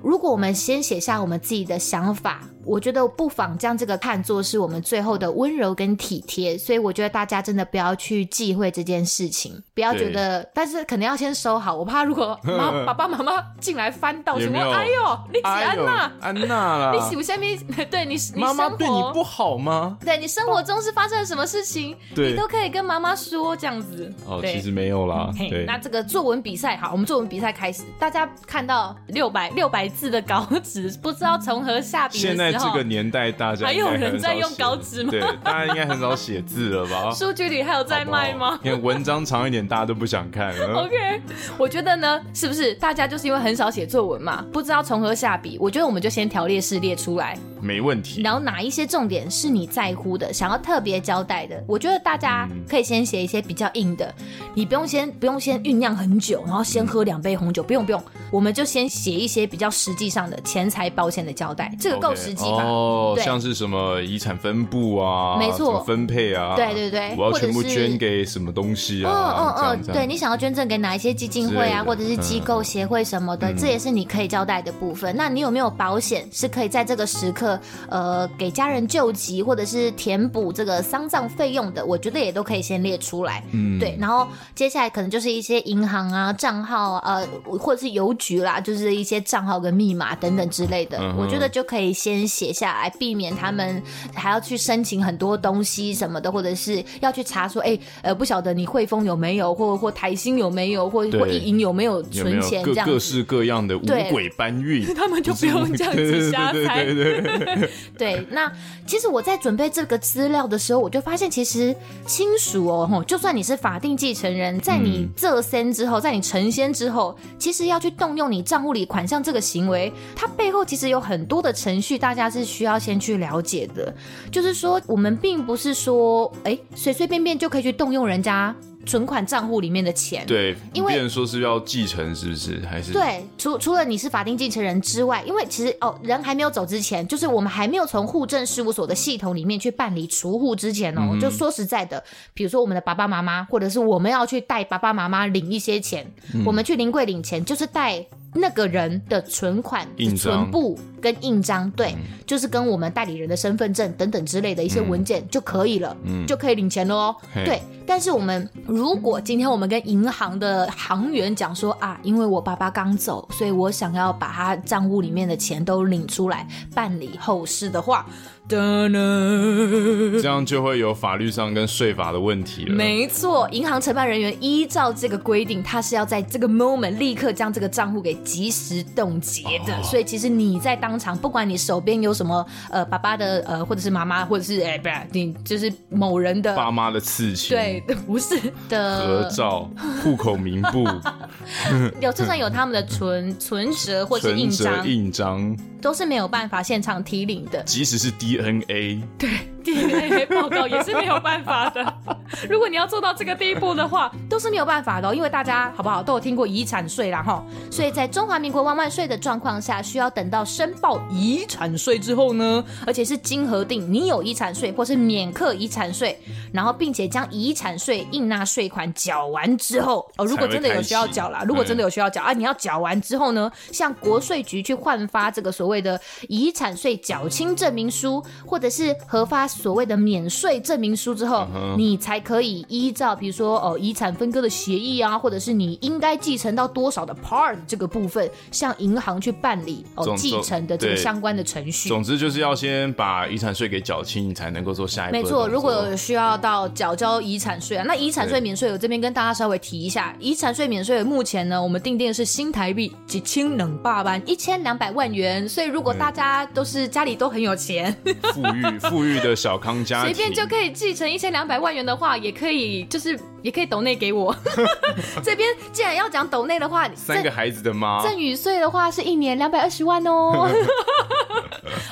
[SPEAKER 3] 如果我们先写下我们自己的想法，我觉得不妨将这个看作是我们最后的温柔跟体贴。所以我觉得大家真的不要去忌讳这件事情，不要觉得，但是可能要先收好。我怕如果 <laughs> 妈爸爸妈妈进来翻到
[SPEAKER 2] 有
[SPEAKER 3] 什
[SPEAKER 2] 没
[SPEAKER 3] 么，
[SPEAKER 2] 有
[SPEAKER 3] 哎呦，你是
[SPEAKER 2] 哎
[SPEAKER 3] 安
[SPEAKER 2] 呦，
[SPEAKER 3] 娜，
[SPEAKER 2] 安娜啦
[SPEAKER 3] 你，喜不下面 <laughs> 对你，你
[SPEAKER 2] 妈妈
[SPEAKER 3] 生
[SPEAKER 2] 对你
[SPEAKER 3] 活
[SPEAKER 2] 不好吗？
[SPEAKER 3] 对你生活中是发生了什么事情，
[SPEAKER 2] 对
[SPEAKER 3] 你都可以跟妈妈说这样子。
[SPEAKER 2] 哦，
[SPEAKER 3] 对
[SPEAKER 2] 其实没有啦，
[SPEAKER 3] 嘿
[SPEAKER 2] 对，
[SPEAKER 3] 那这个作文比赛，好，我们作文比赛开始，大家看到六百六百字的稿纸，不知道从何下笔的时候，
[SPEAKER 2] 现在这个年代，大家
[SPEAKER 4] 还有
[SPEAKER 2] 应该
[SPEAKER 4] 人
[SPEAKER 2] 很
[SPEAKER 4] 在
[SPEAKER 2] 少
[SPEAKER 4] 用
[SPEAKER 2] 写
[SPEAKER 4] 稿纸吗
[SPEAKER 2] 对，大家应该很少写字了
[SPEAKER 3] <laughs>
[SPEAKER 2] 吧？
[SPEAKER 3] 书局里还有在卖吗？哦
[SPEAKER 2] 因为文章长一点，大家都不想看呃
[SPEAKER 3] <laughs>
[SPEAKER 2] 了。
[SPEAKER 3] OK，我觉得呢，是不是大家就是因为很少写作文嘛，不知道从何下笔？我觉得我们就先条列式列出来，
[SPEAKER 2] 没问题，
[SPEAKER 3] 然后哪一些重点是你在乎的，想要特别交代的？我觉得大家可以先写一些比较硬的，你不用先不用先酝酿很久，然后先喝两杯红酒，不用不用，我们就先写一些比较实际上的钱财保险的交代，这个够
[SPEAKER 2] OK
[SPEAKER 3] 实际吧？
[SPEAKER 2] 哦，
[SPEAKER 3] 对
[SPEAKER 2] 像是什么遗产分布啊，
[SPEAKER 3] 没
[SPEAKER 2] 怎
[SPEAKER 3] 错
[SPEAKER 2] 么分配啊，
[SPEAKER 3] 对对对
[SPEAKER 2] 我要全部
[SPEAKER 3] 或者是
[SPEAKER 2] 捐给什么东西
[SPEAKER 3] 嗯嗯
[SPEAKER 2] 啊？这样
[SPEAKER 3] 嗯，
[SPEAKER 2] 这
[SPEAKER 3] 对
[SPEAKER 2] 样
[SPEAKER 3] 你想要捐赠给哪一些基金会
[SPEAKER 2] 之类
[SPEAKER 3] 啊，
[SPEAKER 2] 的
[SPEAKER 3] 或者是机构协会什么的，这也是你可以交代的部分。那你有没有保险是可以在这个时刻，呃，给家人救急或者是填补这个丧葬费用的？我觉得也都可以先列出来。
[SPEAKER 2] 嗯
[SPEAKER 3] 对，然后接下来可能就是一些银行啊、账号啊，呃，或者是邮局啦，就是一些账号跟密码等等之类的，
[SPEAKER 2] 嗯哼
[SPEAKER 3] 我觉得就可以先写下来，避免他们还要去申请很多东西什么的，或者是要去查说，哎、呃，不晓得你汇丰有没有，或或台新有没有，或
[SPEAKER 2] 对
[SPEAKER 3] 或一银有没有
[SPEAKER 2] 有没
[SPEAKER 3] 存
[SPEAKER 2] 有
[SPEAKER 3] 钱
[SPEAKER 2] 各
[SPEAKER 3] 这样
[SPEAKER 2] 各
[SPEAKER 3] 子。
[SPEAKER 2] 式各样的五
[SPEAKER 3] 对 <laughs>
[SPEAKER 2] 鬼搬运？
[SPEAKER 4] 他们就不用这样子
[SPEAKER 2] <laughs>
[SPEAKER 4] 瞎猜。
[SPEAKER 2] 对对对对对对
[SPEAKER 3] 对，那其实我在准备这个资料的时候，我就发现，其实亲属哦，吼就算你是法定继承人，在你这身之后，在你成仙之后，其实要去动用你账户里款项这个行为，它背后其实有很多的程序，大家是需要先去了解的。就是说，我们并不是说，哎，随随便便就可以去动用人家存款账户里面的钱。
[SPEAKER 2] 对，
[SPEAKER 3] 因为
[SPEAKER 2] 别人说是要继承，是不是？还是
[SPEAKER 3] 对，除除了你是法定继承人之外，因为其实哦，人还没有走之前，就是我们还没有从户政事务所的系统里面去办理除户之前哦，
[SPEAKER 2] 嗯
[SPEAKER 3] 就说实在的，比如说我们的爸爸妈妈，或者是我们要去代爸爸妈妈领一些钱，
[SPEAKER 2] 嗯
[SPEAKER 3] 我们去临柜领钱，就是代那个人的存款、
[SPEAKER 2] 印章
[SPEAKER 3] 存簿跟印章，对，就是跟我们代理人的身份证等等之类的一些文件就可以了，就可以领钱了哦。
[SPEAKER 2] 嘿
[SPEAKER 3] 对，但是我们如果今天我们跟银行的行员讲说啊，因为我爸爸刚走，所以我想要把他账户里面的钱都领出来办理后事的话，噔噔，
[SPEAKER 2] 这样就会有法律上跟税法的问题了。
[SPEAKER 3] 没错，银行承办人员依照这个规定，他是要在这个 moment 立刻将这个账户给及时冻结的。
[SPEAKER 2] 哦
[SPEAKER 3] 所以其实你在当场，不管你手边有什么呃爸爸的呃，或者是妈妈，或者是哎不然你就是某人的
[SPEAKER 2] 爸妈的刺青，
[SPEAKER 3] 对，呃不是
[SPEAKER 2] 合
[SPEAKER 3] 的，
[SPEAKER 2] 照、户口名簿、
[SPEAKER 3] 有就算有他们的存存折 <laughs> 或是
[SPEAKER 2] <laughs> 存
[SPEAKER 3] 印
[SPEAKER 2] 折、
[SPEAKER 3] 章，
[SPEAKER 2] 印章，
[SPEAKER 3] 都是没有办法现场提领的。
[SPEAKER 2] 即使是
[SPEAKER 3] <laughs>
[SPEAKER 2] DNA，
[SPEAKER 4] DNA 报告也是没有办法的。如果你要做到这个地步的话，
[SPEAKER 3] 都是没有办法的哦、因为大家好不好都有听过遗产税啦哈，所以在中华民国万万岁的状况下，需要等到申报遗产税之后呢，而且是经核定你有遗产税或是免课遗产税，然后并且将遗产税应纳税款缴完之后，哦，如果真的有需要缴啦，如果
[SPEAKER 2] 嗯
[SPEAKER 3] 真的有需要缴啊，你要缴完之后呢，向国税局去换发这个所谓的遗产税缴清证明书，或者是核发所谓的免税证明书之
[SPEAKER 2] 嗯
[SPEAKER 3] 后，你才可以依照比如说哦遗产分割的协议啊，或者是你应该继承到多少的 part 这个部分，向银行去办理哦
[SPEAKER 2] 总
[SPEAKER 3] 继承的这
[SPEAKER 2] 对
[SPEAKER 3] 个相关的程序。
[SPEAKER 2] 总之就是要先把遗产税给缴清，你才能够做下一步
[SPEAKER 3] 没
[SPEAKER 2] 的动
[SPEAKER 3] 错，
[SPEAKER 2] 作。
[SPEAKER 3] 如果有需要到缴交遗产税啊，那遗产税
[SPEAKER 2] 对
[SPEAKER 3] 免税，我这边跟大家稍微提一下，遗产税免税目前呢，我们定定的是新台币几千冷霸万一千两百万元，所以如果大家都是家里都很有钱，
[SPEAKER 2] <laughs> 富裕富裕的小康家
[SPEAKER 3] 随
[SPEAKER 2] 庭，
[SPEAKER 3] 便就可以继承一千两百万元的话，也可以就是也可以抖内
[SPEAKER 2] <laughs>
[SPEAKER 3] 给我。这边既然要讲抖内的话，
[SPEAKER 2] 三个孩子的妈，
[SPEAKER 3] 赠与税的话是一年两百二十
[SPEAKER 2] <laughs>
[SPEAKER 3] 万哦， <laughs>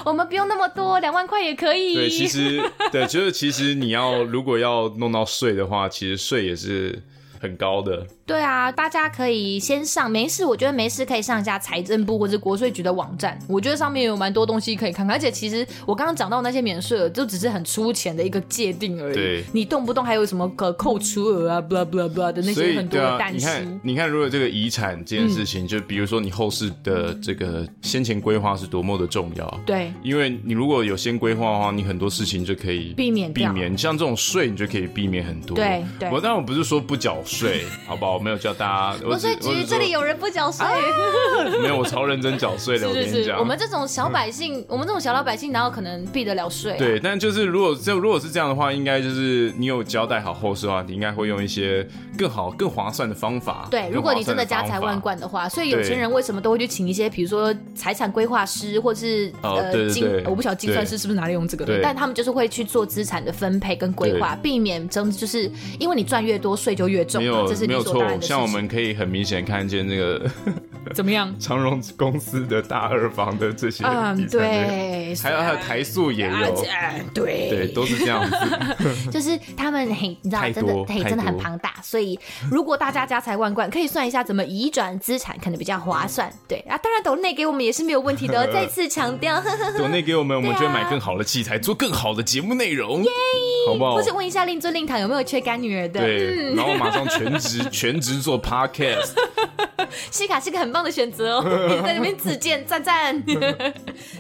[SPEAKER 3] 我们不用那么多，两万块也可以。
[SPEAKER 2] 对，其实对，就是其实你要如果要弄到税的话，其实税也是很高的。
[SPEAKER 3] 对啊，大家可以先上，没事，我觉得没事可以上一下财政部或者国税局的网站，我觉得上面有蛮多东西可以看看。而且其实我刚刚讲到那些免税额，就只是很粗浅的一个界定而已。
[SPEAKER 2] 对
[SPEAKER 3] 你动不动还有什么可扣除额啊，blah blah blah 的那
[SPEAKER 2] 所
[SPEAKER 3] 些
[SPEAKER 2] 以
[SPEAKER 3] 很多嗯
[SPEAKER 2] 对
[SPEAKER 3] 的
[SPEAKER 2] 啊，
[SPEAKER 3] 担
[SPEAKER 2] 你
[SPEAKER 3] 心。
[SPEAKER 2] 看，你看，如果这个遗产这件事情，就比如说你后世的这个先前规划是多么的重要。
[SPEAKER 3] 对
[SPEAKER 2] 因为你如果有先规划的话，你很多事情就可以
[SPEAKER 3] 避免
[SPEAKER 2] 避
[SPEAKER 3] 掉
[SPEAKER 2] 免，像这种税你就可以避免很多。
[SPEAKER 3] 对对
[SPEAKER 2] 我当然我不是说不缴税，好不好？我没有叫大家。我
[SPEAKER 3] 国
[SPEAKER 2] 只
[SPEAKER 3] 税局这里有人不缴税，
[SPEAKER 2] 我只 <laughs> 是说没有，我超认真缴税的。
[SPEAKER 3] <laughs> 是
[SPEAKER 2] 我跟
[SPEAKER 3] 是
[SPEAKER 2] 你
[SPEAKER 3] 是，
[SPEAKER 2] 讲，
[SPEAKER 3] 我们这种小百姓，我们这种小老百姓哪有可能避得了税、啊？
[SPEAKER 2] 对，但就是如果这如果是这样的话，应该就是你有交代好后事的话，你应该会用一些更好、更划算的方法。
[SPEAKER 3] 对，
[SPEAKER 2] 更
[SPEAKER 3] 如果你
[SPEAKER 2] 划
[SPEAKER 3] 真
[SPEAKER 2] 算
[SPEAKER 3] 的
[SPEAKER 2] 的
[SPEAKER 3] 家
[SPEAKER 2] 方
[SPEAKER 3] 财
[SPEAKER 2] 法
[SPEAKER 3] 万，贯的话，所以有钱
[SPEAKER 2] 对
[SPEAKER 3] 人为什么都会去请一些，比如说财产规划师，或是、
[SPEAKER 2] 哦
[SPEAKER 3] 呃
[SPEAKER 2] 对对
[SPEAKER 3] 精，
[SPEAKER 2] 对
[SPEAKER 3] 我不晓得精算师
[SPEAKER 2] 对
[SPEAKER 3] 是不是拿来用这个的
[SPEAKER 2] 对
[SPEAKER 3] 但他们就是会去做资产的分配跟规划，避免真就是因为你赚越多税就越重
[SPEAKER 2] 没
[SPEAKER 3] 嘛，
[SPEAKER 2] 有
[SPEAKER 3] 这是
[SPEAKER 2] 没
[SPEAKER 3] 理
[SPEAKER 2] 有
[SPEAKER 3] 所
[SPEAKER 2] 错。
[SPEAKER 3] 当然的事情。
[SPEAKER 2] 像我们可以很明显看见这个 <laughs>
[SPEAKER 3] 怎么样？
[SPEAKER 2] 长荣公司的大二房的这些
[SPEAKER 3] 嗯，
[SPEAKER 2] 遗产这些，
[SPEAKER 3] 对，
[SPEAKER 2] 还有还有台塑也
[SPEAKER 3] 啊
[SPEAKER 2] 有
[SPEAKER 3] 这，哎对
[SPEAKER 2] 对，都是这样子。
[SPEAKER 3] 就是他们嘿，你知道
[SPEAKER 2] 太
[SPEAKER 3] 真的
[SPEAKER 2] 多
[SPEAKER 3] 嘿，
[SPEAKER 2] 太
[SPEAKER 3] 真的很
[SPEAKER 2] 多
[SPEAKER 3] 庞大，所以如果大家家财万贯，可以算一下怎么移转资产，可能比较划算。对啊，当然抖内给我们也是没有问题的
[SPEAKER 2] <laughs>
[SPEAKER 3] 哦，再次强调。呵呵呵
[SPEAKER 2] 抖内给我们，我们
[SPEAKER 3] 对啊
[SPEAKER 2] 就会买更好的器材，做更好的节目内容，好不好
[SPEAKER 3] 或？者问一下令尊令堂有没有缺干女儿的？
[SPEAKER 2] 对，然后马上全职全职做 podcast。
[SPEAKER 3] 西卡是个很棒的选择哦，一直在那边自荐，赞赞。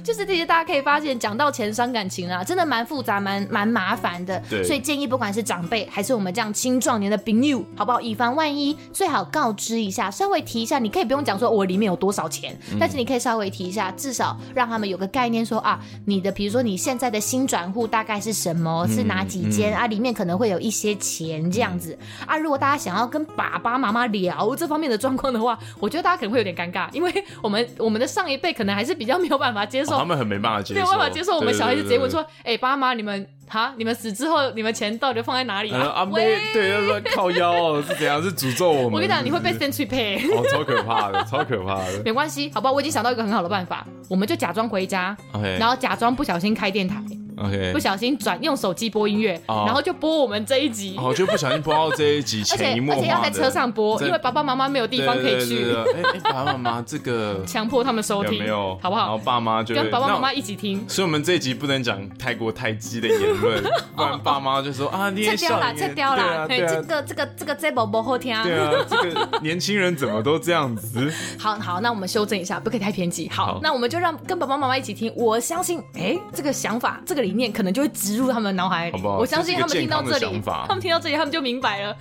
[SPEAKER 3] 就是这些，大家可以发现，讲到钱伤感情啊，真的蛮复杂，蛮蛮麻烦的。
[SPEAKER 2] 对
[SPEAKER 3] 所以建议不管是长辈还是我们这样青壮年的朋友，好不好？以防万一，最好告知一下，稍微提一下。你可以不用讲说我里面有多少钱，但是你可以稍微提一下，至少让他们有个概念说啊，你的比如说你现在的新转户大概是什么，是哪几间、啊？里面可能会有一些钱这样子。啊，如果大家想要跟爸爸妈妈聊这方面的状况的话，我觉得大家可能会有点尴尬，因为我们我们的上一辈可能还是比较没有办法接受，
[SPEAKER 2] 哦他们很没办法接受，
[SPEAKER 3] 没有办法接受我们小孩子直接问
[SPEAKER 2] 对
[SPEAKER 3] 说：“哎、爸妈，你们哈，你们死之后，你们钱到底放在哪里
[SPEAKER 2] 呃
[SPEAKER 3] 啊？”
[SPEAKER 2] 阿妹
[SPEAKER 3] 喂，，
[SPEAKER 2] 对，他说靠腰哦，是怎样？是诅咒我们？
[SPEAKER 3] 我跟你讲，你会被
[SPEAKER 2] 是不是
[SPEAKER 3] c e n t r y pay。
[SPEAKER 2] 哦，超可怕的，超可怕的。
[SPEAKER 3] <laughs> 没关系，好不好？我已经想到一个很好的办法，我们就假装回家，
[SPEAKER 2] OK，
[SPEAKER 3] 然后假装不小心开电台，
[SPEAKER 2] OK，
[SPEAKER 3] 不小心转用手机播音乐，
[SPEAKER 2] 哎哦
[SPEAKER 3] 然后就播我们这一集，
[SPEAKER 2] 哦，就不小心播到这一集
[SPEAKER 3] 而且
[SPEAKER 2] 潜移默
[SPEAKER 3] 而
[SPEAKER 2] 化
[SPEAKER 3] 且要在
[SPEAKER 2] 的
[SPEAKER 3] 车上播，
[SPEAKER 2] 在
[SPEAKER 3] 因为爸爸妈妈没有地方可以
[SPEAKER 2] 对
[SPEAKER 3] 去
[SPEAKER 2] 对，对对对哎，哎爸爸妈妈这个
[SPEAKER 3] 强迫他们收
[SPEAKER 2] 有
[SPEAKER 3] 听，
[SPEAKER 2] 没有？
[SPEAKER 3] 好不
[SPEAKER 2] 然后
[SPEAKER 3] 好？
[SPEAKER 2] 爸妈就会
[SPEAKER 3] 跟爸爸妈。妈
[SPEAKER 2] 那
[SPEAKER 3] 一起听。
[SPEAKER 2] 所以，我们这一集不能讲太过太激的言
[SPEAKER 3] <laughs>
[SPEAKER 2] 论，不然爸妈就说啊，你
[SPEAKER 3] 切
[SPEAKER 2] 也
[SPEAKER 3] 掉
[SPEAKER 2] 小
[SPEAKER 3] 啦，
[SPEAKER 2] 你也
[SPEAKER 3] 切哦掉啦！
[SPEAKER 2] 对
[SPEAKER 3] 嘿
[SPEAKER 2] 啊，
[SPEAKER 3] 这
[SPEAKER 2] 对啊，
[SPEAKER 3] 个这个这个这波不好听。
[SPEAKER 2] 对啊，这个年轻人怎么都这样
[SPEAKER 3] <laughs>
[SPEAKER 2] 子？
[SPEAKER 3] 好好，那我们修正一下，不可以太偏激。好，
[SPEAKER 2] 好
[SPEAKER 3] 那我们就让跟爸爸妈妈一起听。我相信，哎，这个想法、这个理念可能就会植入他们的脑海里。
[SPEAKER 2] 好不好
[SPEAKER 3] 我相信他们
[SPEAKER 2] 这是
[SPEAKER 3] 听
[SPEAKER 2] 一个
[SPEAKER 3] 到这
[SPEAKER 2] 健康的
[SPEAKER 3] 里，
[SPEAKER 2] 想法
[SPEAKER 3] 他们听到这里，他们就明白了，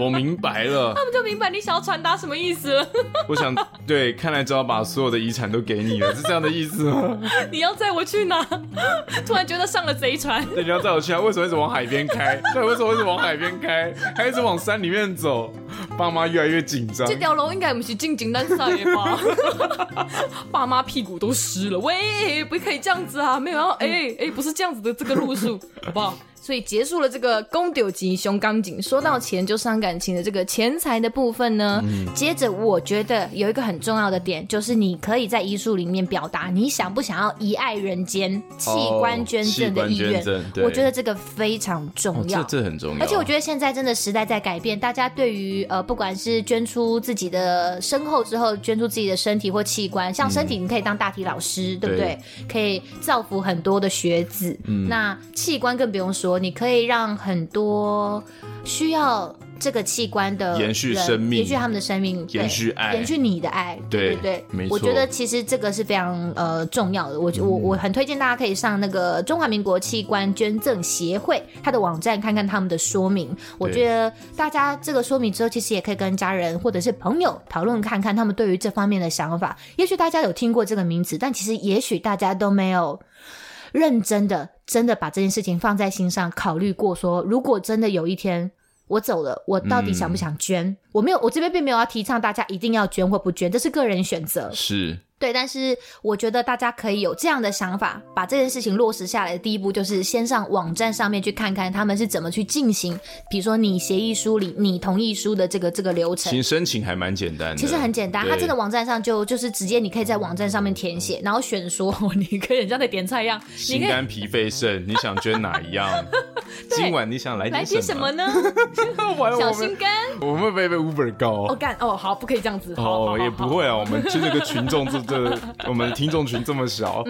[SPEAKER 2] 我明白了，
[SPEAKER 3] 他们就明白你想要传达什么意思了。
[SPEAKER 2] 我想对，看来只好把所有的遗产都给你了，是这样的意思
[SPEAKER 3] <laughs>
[SPEAKER 2] 吗？
[SPEAKER 3] 你要载我去哪？突然觉得上了贼船。
[SPEAKER 2] 对，你要载我去啊？为什么一直往海边开？对，为什么一直往海边开？还一直往山里面走？爸妈越来越紧张
[SPEAKER 3] 这。条龙应该不是进景单赛吧？ <laughs> 爸妈屁股都湿了，喂，不可以这样子啊！没有要，哎、哎、不是这样子的这个路数，好不好？所以结束了这个公丢级熊钢筋，说到钱就伤感情的这个钱财的部分呢，接着我觉得有一个很重要的点，就是你可以在遗书里面表达你想不想要遗爱人间、器官捐赠的意
[SPEAKER 2] 器
[SPEAKER 3] 愿
[SPEAKER 2] 官捐赠，对
[SPEAKER 3] 我觉得这个非常重要。
[SPEAKER 2] 哦很重要
[SPEAKER 3] 而且我觉得现在真的时代在改变，大家对于呃，不管是捐出自己的身后之后，捐出自己的身体或器官，像身体你可以当大体老师，对
[SPEAKER 2] 嗯
[SPEAKER 3] 不对
[SPEAKER 2] 对？嗯
[SPEAKER 3] 可以造福很多的学子。那器官更不用说，你可以让很多需要。这个器官的
[SPEAKER 2] 延续
[SPEAKER 3] 人
[SPEAKER 2] 生命
[SPEAKER 3] 延续他们的生命，对
[SPEAKER 2] 延续爱
[SPEAKER 3] 延续你的爱，
[SPEAKER 2] 对
[SPEAKER 3] 对对，
[SPEAKER 2] 没
[SPEAKER 3] 我
[SPEAKER 2] 错嗯
[SPEAKER 3] 觉得其实这个是非常呃重要的，我觉我我很推荐大家可以上那个中华民国器官捐赠协会它的网站看看他们的说明。我
[SPEAKER 2] 对
[SPEAKER 3] 觉得大家这个说明之后，其实也可以跟家人或者是朋友讨论看看他们对于这方面的想法。也许大家有听过这个名词，但其实也许大家都没有认真的、真的把这件事情放在心上，考虑过说，如果真的有一天我走了，我到底
[SPEAKER 2] 嗯
[SPEAKER 3] 想不想捐？我没有，我这边并没有要提倡大家一定要捐或不捐，这是个人选择。
[SPEAKER 2] 是
[SPEAKER 3] 对，但是我觉得大家可以有这样的想法，把这件事情落实下来的第一步就是先上网站上面去看看他们是怎么去进行，比如说你协议书里你同意书的这个这个流程
[SPEAKER 2] 其。实申请还蛮简单的，
[SPEAKER 3] 其实很简单，
[SPEAKER 2] 对嗯
[SPEAKER 3] 它真的网站上就就是直接，你可以在网站上面填写，然后选说， <laughs> 你可以很像在点菜一样，你
[SPEAKER 2] 心
[SPEAKER 3] 可以
[SPEAKER 2] 肝脾肺肾，你想捐哪一样？今晚你想来
[SPEAKER 4] 来些
[SPEAKER 2] 点
[SPEAKER 4] 什
[SPEAKER 2] 什
[SPEAKER 4] 么
[SPEAKER 2] 么？ <laughs>
[SPEAKER 4] 呢？
[SPEAKER 2] 完了
[SPEAKER 4] 小
[SPEAKER 2] 我
[SPEAKER 4] 心
[SPEAKER 2] 们
[SPEAKER 4] 肝
[SPEAKER 2] 我们会不会被 Uber 告
[SPEAKER 4] 哦，。干哦，好，不可以这样子。好好好
[SPEAKER 2] 哦，也不会啊，我们这个群众这这，我们听众群这么小，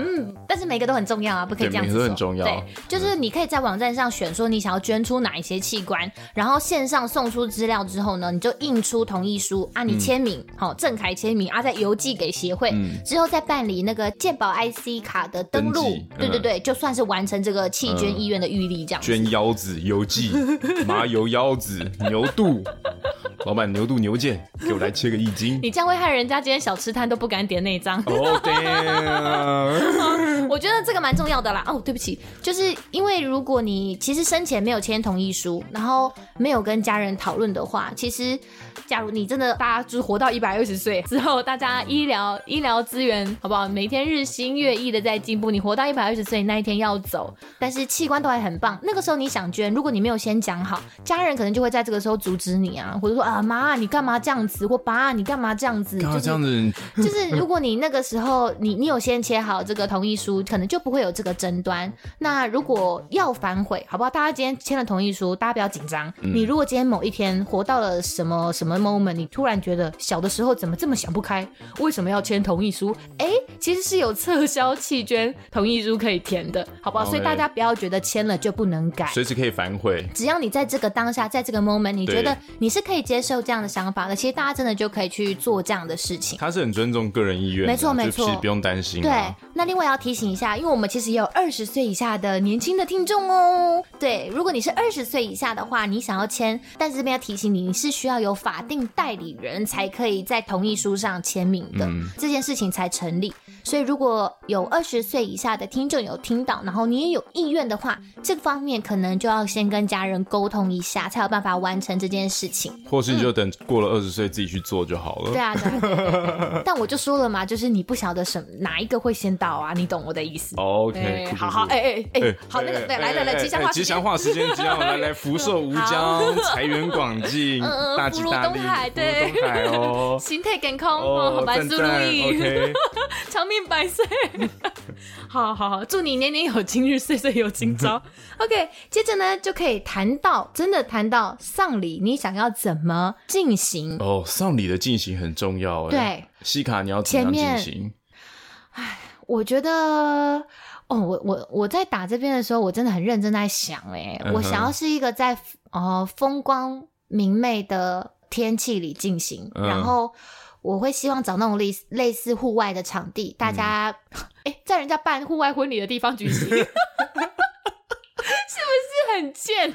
[SPEAKER 3] 但是每个都很重要啊，不可以
[SPEAKER 2] 对
[SPEAKER 3] 这样子
[SPEAKER 2] 每个都很
[SPEAKER 3] 说
[SPEAKER 2] 重要
[SPEAKER 3] 对，就是你可以在网站上选说你想要捐出哪一些器官，然后线上送出资料之后呢，你就印出同意书啊，你签名，好、郑凯签名啊，再邮寄给协会，之后再办理那个健保 IC 卡的登
[SPEAKER 2] 嗯登
[SPEAKER 3] 录
[SPEAKER 2] 记。
[SPEAKER 3] 对对
[SPEAKER 2] 嗯
[SPEAKER 3] 对，就算是完成这个弃捐意愿的预立这样子。
[SPEAKER 2] 捐腰子、油记、麻油腰子、牛肚，老板牛肚牛腱，给我来切个一斤。
[SPEAKER 4] 你这样会害人家今天小吃摊都不敢点内脏。
[SPEAKER 2] 哦天，
[SPEAKER 3] 我觉得这个蛮重要的啦。哦，对不起，就是因为如果你其实生前没有签同意书，然后没有跟家人讨论的话，其实假如你真的
[SPEAKER 4] 大家就是活到一百二十岁之后，大家医疗医疗资源好不好？每天日新月异的在进步。你活到一百二十岁那一天要走，
[SPEAKER 3] 但是器官都还很棒。那个时候你想捐，如果你没有先讲好，家人可能就会在这个时候阻止你啊，或者说啊妈，你干嘛这样子？或爸，你干嘛这样子？
[SPEAKER 2] 刚
[SPEAKER 3] 就
[SPEAKER 2] 刚这样
[SPEAKER 3] 是
[SPEAKER 2] 子，
[SPEAKER 3] 就是，如果你那个时候你你有先签好这个同意书，可能就不会有这个争端。那如果要反悔，好不好？大家今天签了同意书，大家不要紧张。你如果今天某一天活到了什么什么 moment，你突然觉得小的时候怎么这么想不开，为什么要签同意书？哎、其实是有撤销弃捐同意书可以填的，好不好？
[SPEAKER 2] OK
[SPEAKER 3] 所以大家不要觉得签了就不能改。
[SPEAKER 2] 随时可以反悔。
[SPEAKER 3] 只要你在这个当下，在这个 moment，你觉得
[SPEAKER 2] 对
[SPEAKER 3] 你是可以接受这样的想法的，其实大家真的就可以去做这样的事情。
[SPEAKER 2] 他是很尊重个人意愿的，啊
[SPEAKER 3] 没错没错
[SPEAKER 2] 就其实不用担心啊。
[SPEAKER 3] 对，那另外要提醒一下，因为我们其实也有二十岁以下的年轻的听众哦。对，如果你是二十岁以下的话，你想要签，但是这边要提醒你，你是需要有法定代理人才可以在同意书上签名的，
[SPEAKER 2] 嗯
[SPEAKER 3] 这件事情才成立。所以，如果有二十岁以下的听众有听到，然后你也有意愿的话，这方面可能就要先跟家人沟通一下，才有办法完成这件
[SPEAKER 2] <laughs>
[SPEAKER 3] 事情。
[SPEAKER 2] 或是你就等过了二十岁自己去做就好
[SPEAKER 3] 对
[SPEAKER 2] 了。
[SPEAKER 3] 啊，对啊对啊对啊但我就说了嘛，就是你不晓得什么哪一个会先到啊，你懂我的意思。
[SPEAKER 2] OK，
[SPEAKER 4] 好好，
[SPEAKER 2] 哎。
[SPEAKER 4] 哎哎哎， <laughs> 好，
[SPEAKER 2] 哎
[SPEAKER 4] 那个对，
[SPEAKER 2] 哎
[SPEAKER 4] 来来来，
[SPEAKER 2] 哎
[SPEAKER 4] 吉祥
[SPEAKER 2] 哎
[SPEAKER 4] 话时
[SPEAKER 2] 吉
[SPEAKER 4] 间，
[SPEAKER 2] 祥话时间，吉祥话来来，福寿无疆，财源广
[SPEAKER 4] <laughs>
[SPEAKER 2] 进，
[SPEAKER 4] 嗯
[SPEAKER 2] 大吉大
[SPEAKER 4] 福如
[SPEAKER 2] 利，
[SPEAKER 4] 东海
[SPEAKER 2] 福
[SPEAKER 4] 对。
[SPEAKER 2] 如东海哦
[SPEAKER 4] <laughs> 心态健康，哦，百
[SPEAKER 2] 赞
[SPEAKER 4] 事
[SPEAKER 2] 赞
[SPEAKER 4] 如意，
[SPEAKER 2] ，OK，
[SPEAKER 4] <laughs> 长命百岁。 <laughs> 好好好，祝你年年有今日，岁岁有今朝。
[SPEAKER 3] OK，接着呢就可以谈到，真的谈到丧礼，你想要怎么进行？
[SPEAKER 2] 哦，丧礼的进行很重要哎。
[SPEAKER 3] 对，
[SPEAKER 2] 西卡你要怎么
[SPEAKER 3] 前
[SPEAKER 2] 样
[SPEAKER 3] 面
[SPEAKER 2] 进行？
[SPEAKER 3] 我觉得，哦，我我我在打这边的时候，我真的很认真在想、欸，
[SPEAKER 2] 嗯哼
[SPEAKER 3] 我想要是一个在呃风光明媚的天气里进行，
[SPEAKER 2] 嗯
[SPEAKER 3] 然后我会希望找那种类似类似户外的场地，
[SPEAKER 2] 嗯
[SPEAKER 3] 大家
[SPEAKER 4] 哎、在人家办户外婚礼的地方举行，是 <laughs> 不是很贱？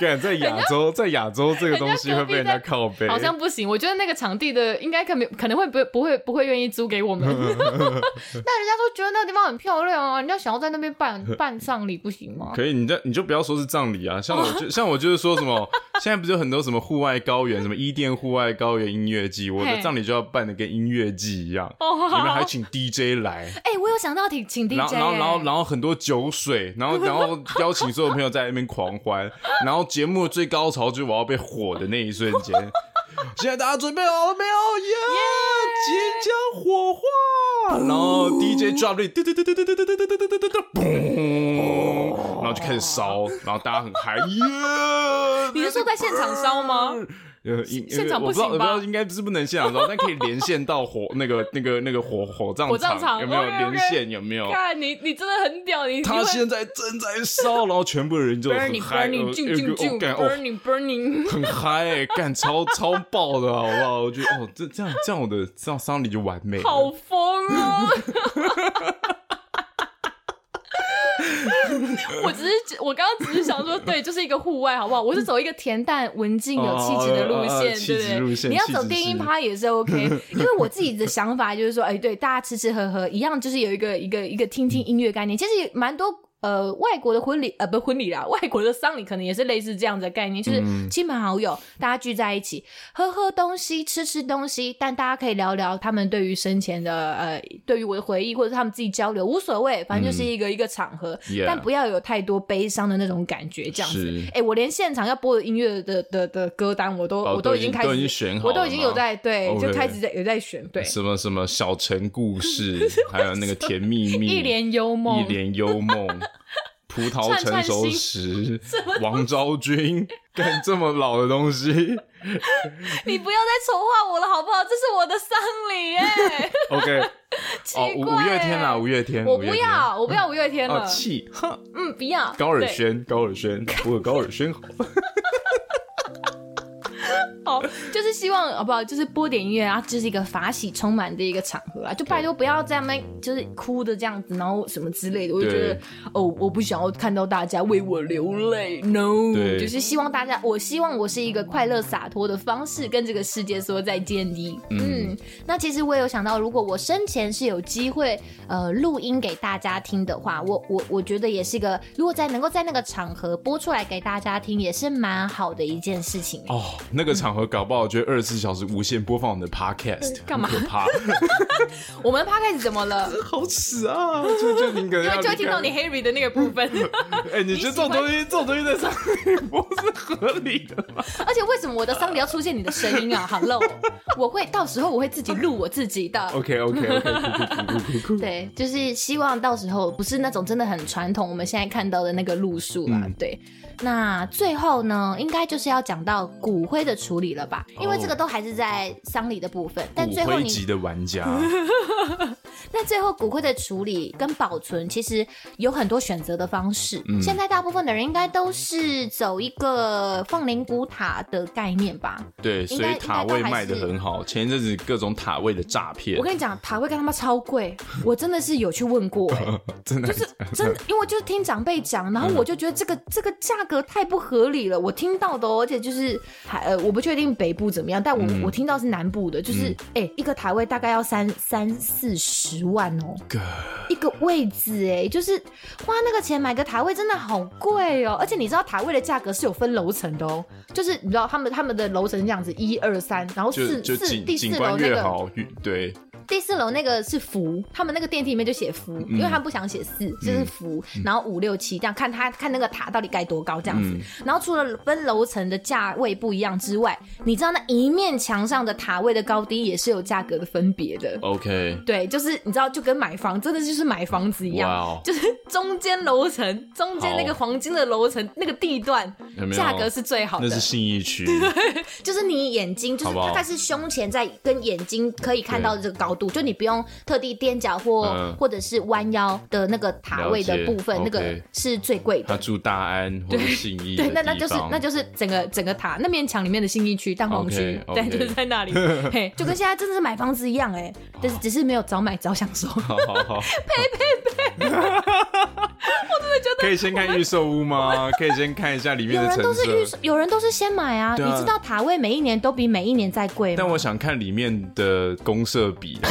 [SPEAKER 2] 干在亚
[SPEAKER 4] <laughs>
[SPEAKER 2] 洲，在亚洲这个东西会被人家靠背，
[SPEAKER 4] 好像不行。我觉得那个场地的应该可能可能会不不会不会愿意租给我们，
[SPEAKER 2] 嗯
[SPEAKER 4] 但人家都觉得 <laughs> 那个地方很漂亮啊，人家想要在那边办办丧礼不行吗？
[SPEAKER 2] 可以，你这你就不要说是葬礼
[SPEAKER 4] <laughs>
[SPEAKER 2] 啊，像我就像我就是说什么， <laughs> 现在不是有很多什么户外高原，什么伊甸户外高原音乐季，我的
[SPEAKER 4] 嘿
[SPEAKER 2] 葬礼就要办的跟音乐季一样，
[SPEAKER 4] 哦好
[SPEAKER 2] 你们还请 DJ 来，
[SPEAKER 4] 哎、我有想到请请 DJ，
[SPEAKER 2] 然后然
[SPEAKER 4] 哎
[SPEAKER 2] 后然
[SPEAKER 5] 欸
[SPEAKER 2] 后然后很多酒水，然后然后邀请所有朋友在那边狂欢，然后节目的最高潮就是我要被火的那一瞬间。 <laughs> 现在大家准备好了没有？耶、即将火化！然后 DJ drop 那里嘟嘟嘟嘟嘟嘟嘟嘟嘟嘟嘟嘟嘟，嘣！
[SPEAKER 5] <laughs>
[SPEAKER 2] 然后就开始烧，然后大家很嗨，耶！
[SPEAKER 4] 你是说在现场烧吗？
[SPEAKER 2] 呃，因
[SPEAKER 5] 现场
[SPEAKER 2] 我
[SPEAKER 5] 不
[SPEAKER 2] 知道，
[SPEAKER 5] 行
[SPEAKER 2] 我不知
[SPEAKER 5] 吧
[SPEAKER 2] 道应该是不能现场招，但可以连线到火那个那个那个火火葬
[SPEAKER 5] 火葬场哦
[SPEAKER 2] 有没有
[SPEAKER 5] OK，OK
[SPEAKER 2] 连线？有没有？
[SPEAKER 5] 看你，你真的很屌，你
[SPEAKER 2] <laughs> 他现在正在烧，然后全部人
[SPEAKER 5] <laughs>
[SPEAKER 2] 就很
[SPEAKER 5] burning
[SPEAKER 2] 嗨，
[SPEAKER 5] burning
[SPEAKER 2] 呃
[SPEAKER 5] 啾
[SPEAKER 2] 有一
[SPEAKER 5] 啾
[SPEAKER 2] 个
[SPEAKER 5] 啾
[SPEAKER 2] 我感哦
[SPEAKER 5] burning burning，
[SPEAKER 2] 很嗨、欸，干超超爆的好不好？我觉得哦，这这样这样我的这样丧礼就完美了。
[SPEAKER 5] 好疯
[SPEAKER 2] <laughs>
[SPEAKER 5] 哦！我只是，我刚刚只是想说，对，就是一个户外，好不好？我是走一个恬淡、文静、有气质的路
[SPEAKER 2] 哦哦哦
[SPEAKER 5] 线，
[SPEAKER 2] 气
[SPEAKER 5] 对
[SPEAKER 2] 质
[SPEAKER 5] 不
[SPEAKER 2] 路
[SPEAKER 5] 对？
[SPEAKER 2] 线
[SPEAKER 5] 你要走
[SPEAKER 2] 气质
[SPEAKER 5] 电音
[SPEAKER 2] 是
[SPEAKER 5] 趴也是
[SPEAKER 2] <laughs>
[SPEAKER 5] OK，因为我自己的想法就是说，哎，对，大家吃吃喝喝一样，就是有一个一个一个听听音乐概念，其实也蛮多。呃，外国的婚礼，呃，不，婚礼啦，外国的丧礼可能也是类似这样子的概念，就是
[SPEAKER 2] 嗯
[SPEAKER 5] 亲朋好友、大家聚在一起，喝喝东西，吃吃东西，但大家可以聊聊他们对于生前的呃，对于我的回忆，或者他们自己交流，无所谓，反正就是一个、一个场合
[SPEAKER 2] 嗯 Yeah
[SPEAKER 5] 但不要有太多悲伤的那种感觉，这样子。
[SPEAKER 2] 是
[SPEAKER 5] 哎、我连现场要播的音乐的的的歌单，我都、
[SPEAKER 2] 哦
[SPEAKER 5] 我
[SPEAKER 2] 都
[SPEAKER 5] 都
[SPEAKER 2] 已
[SPEAKER 5] 经
[SPEAKER 2] 经
[SPEAKER 5] 开始
[SPEAKER 2] 都已经选好
[SPEAKER 5] 我都
[SPEAKER 2] 了
[SPEAKER 5] 已经
[SPEAKER 2] 吗哦
[SPEAKER 5] 有在对
[SPEAKER 2] OK
[SPEAKER 5] 就开始在有在选对，
[SPEAKER 2] 什么什么小城故
[SPEAKER 5] <laughs>
[SPEAKER 2] 事，还有那个甜蜜蜜，
[SPEAKER 5] 一帘幽梦
[SPEAKER 2] 一，帘幽梦，
[SPEAKER 5] <laughs>
[SPEAKER 2] 葡萄成熟时，王昭
[SPEAKER 5] <laughs>
[SPEAKER 2] 君，干这么老的东西。
[SPEAKER 5] <laughs> 你不要再丑化我了好不好？这是我的丧
[SPEAKER 3] <laughs>
[SPEAKER 5] 礼哎，
[SPEAKER 2] OK，哦，
[SPEAKER 5] <laughs> 奇
[SPEAKER 2] 五
[SPEAKER 5] 怪
[SPEAKER 2] 五月天啦，
[SPEAKER 5] 欸
[SPEAKER 2] 五月天，
[SPEAKER 5] 我
[SPEAKER 2] 五
[SPEAKER 5] 不
[SPEAKER 2] 月天。
[SPEAKER 5] 要，我不要五月天了，
[SPEAKER 2] 哦，气，哼，
[SPEAKER 5] 嗯，不要
[SPEAKER 2] 高尔
[SPEAKER 5] 对
[SPEAKER 2] 宣，高尔宣，我有高尔宣好。
[SPEAKER 5] 好，就是希望好不好？就是播点音乐啊，就是一个法喜充满的一个场合啊，就拜托不要在那边就是哭的这样子，然后什么之类的，我就觉得
[SPEAKER 2] 对
[SPEAKER 5] 哦，我不想要看到大家为我流泪，no，
[SPEAKER 2] 对
[SPEAKER 5] 就是希望大家，我希望我是一个快乐洒脱的方式跟这个世界说再见的，
[SPEAKER 2] 嗯
[SPEAKER 5] 嗯，
[SPEAKER 3] 那其实我也有想到，如果我生前是有机会呃录音给大家听的话，我我我觉得也是一个，如果在能够在那个场合播出来给大家听，也是蛮好的一件事情。
[SPEAKER 2] 哦，那个场合搞不好就二十四小时无限播放我们的 Podcast，
[SPEAKER 5] 干嘛
[SPEAKER 2] 很可怕，
[SPEAKER 5] 我们 p 开始怎么了？
[SPEAKER 2] <laughs> 好耻啊！就就你可能
[SPEAKER 5] 因为
[SPEAKER 2] 要
[SPEAKER 5] 就会听到
[SPEAKER 2] 离
[SPEAKER 5] 你 Harry 的那个部
[SPEAKER 2] <laughs>
[SPEAKER 5] 分。
[SPEAKER 2] 开，哎，你觉得这种东西，这种东西在上面播是合理的 <laughs> 吗？
[SPEAKER 5] 而且为什么我的丧礼要出现你的声音啊？好 low，哦 <laughs> 我会到时候我会自己录我自己的。
[SPEAKER 2] OK OK OK，酷酷酷酷酷。
[SPEAKER 3] 对，就是希望到时候不是那种真的很传统，我们现在看到的那个路数啦。
[SPEAKER 2] 嗯
[SPEAKER 3] 对，那最后呢，应该就是要讲到骨灰的处理了吧？因为
[SPEAKER 2] 哦
[SPEAKER 3] 这个都还是在丧礼的部分，但
[SPEAKER 2] 骨
[SPEAKER 3] 最后
[SPEAKER 2] 灰
[SPEAKER 3] 你
[SPEAKER 2] 级的玩家，
[SPEAKER 3] 那最后骨灰的处理跟保存，其实有很多选择的方式。
[SPEAKER 2] 嗯
[SPEAKER 3] 现在大部分的人应该都是走一个放灵骨塔的概念吧？
[SPEAKER 2] 对，
[SPEAKER 3] 应
[SPEAKER 2] 所
[SPEAKER 3] 该
[SPEAKER 2] 以塔位卖的
[SPEAKER 3] 应该都还是
[SPEAKER 2] 很好。前一阵子各种塔位的诈骗
[SPEAKER 5] 我，跟你讲，塔位跟他妈超贵，我真的是有去问过、
[SPEAKER 3] 欸
[SPEAKER 5] 哎
[SPEAKER 2] 真的
[SPEAKER 5] 就是
[SPEAKER 2] <laughs>
[SPEAKER 5] 真的，因为我就是听长辈讲，然后
[SPEAKER 2] 嗯
[SPEAKER 5] 我就觉得这个这个价格太不合理了。我听到的哦、而且就是还呃，我不确定北部怎么样，但我、
[SPEAKER 2] 嗯
[SPEAKER 5] 我听到是南部的，就是哎、一个塔位大概要三三四十万哦、
[SPEAKER 3] 一个位置哎、就是花那个钱买个塔位真的好贵哦、
[SPEAKER 5] 而且你知道塔位的价格是有分楼层的哦、就是你知道他们他们的楼层是这样子，一二三，然后
[SPEAKER 2] 就
[SPEAKER 5] 四
[SPEAKER 2] 就
[SPEAKER 5] 四
[SPEAKER 2] 景
[SPEAKER 5] 第四
[SPEAKER 2] 景
[SPEAKER 5] 楼
[SPEAKER 2] 观
[SPEAKER 5] 那
[SPEAKER 2] 越
[SPEAKER 5] 个
[SPEAKER 2] 好越对，
[SPEAKER 3] 第四楼那个是福，他们那个电梯里面就写福，因为
[SPEAKER 2] 嗯
[SPEAKER 3] 他们不想写四，就是福。然后五六七这样看他看那个塔到底盖多高这样子。
[SPEAKER 2] 嗯
[SPEAKER 3] 然后除了分楼层的价位不一样之外，你知道那一面墙上的塔位的高低也是有价格的分别的。
[SPEAKER 2] 哦，OK，
[SPEAKER 5] 对，就是你知道，就跟买房真的就是买房子一样
[SPEAKER 2] 哇哦
[SPEAKER 5] 就是中间楼层，中间那个
[SPEAKER 2] 好
[SPEAKER 5] 黄金的楼层，那个地段
[SPEAKER 2] 有没有
[SPEAKER 5] 价格是最好的
[SPEAKER 2] 那。是信义区，
[SPEAKER 3] 就是你眼睛，就
[SPEAKER 2] 好
[SPEAKER 3] 是
[SPEAKER 2] 不好
[SPEAKER 3] 大概是胸前在跟眼睛可以看到的这个高度，就你不用特地踮脚或、
[SPEAKER 2] 嗯
[SPEAKER 3] 或者是弯腰的那个塔位的部分，
[SPEAKER 2] 了解
[SPEAKER 3] 那个
[SPEAKER 2] OK
[SPEAKER 3] 是最贵的
[SPEAKER 2] 他。住大安或者信义的
[SPEAKER 5] 对，
[SPEAKER 2] 地方，
[SPEAKER 5] 那那就是那就是整个整个塔那面墙里面的信义区蛋黄区
[SPEAKER 2] OK，OK
[SPEAKER 5] 对，就是在那
[SPEAKER 2] <laughs>
[SPEAKER 5] 里，嘿，就跟现在真的是买房子一样哎、但是
[SPEAKER 2] 啊
[SPEAKER 5] 只是没有早买早享受。
[SPEAKER 2] 好好好，呸呸呸！我真的觉得可以先看预售屋吗？可以先看一下里面
[SPEAKER 3] 有
[SPEAKER 2] 的
[SPEAKER 3] 人
[SPEAKER 2] 成
[SPEAKER 3] 都是 <laughs> 预售
[SPEAKER 2] 色。，
[SPEAKER 3] 有人都是先买啊。
[SPEAKER 2] 对啊
[SPEAKER 3] 你知道塔位每一年都比每一年再贵吗
[SPEAKER 2] 但？我想看里面的公社比啊，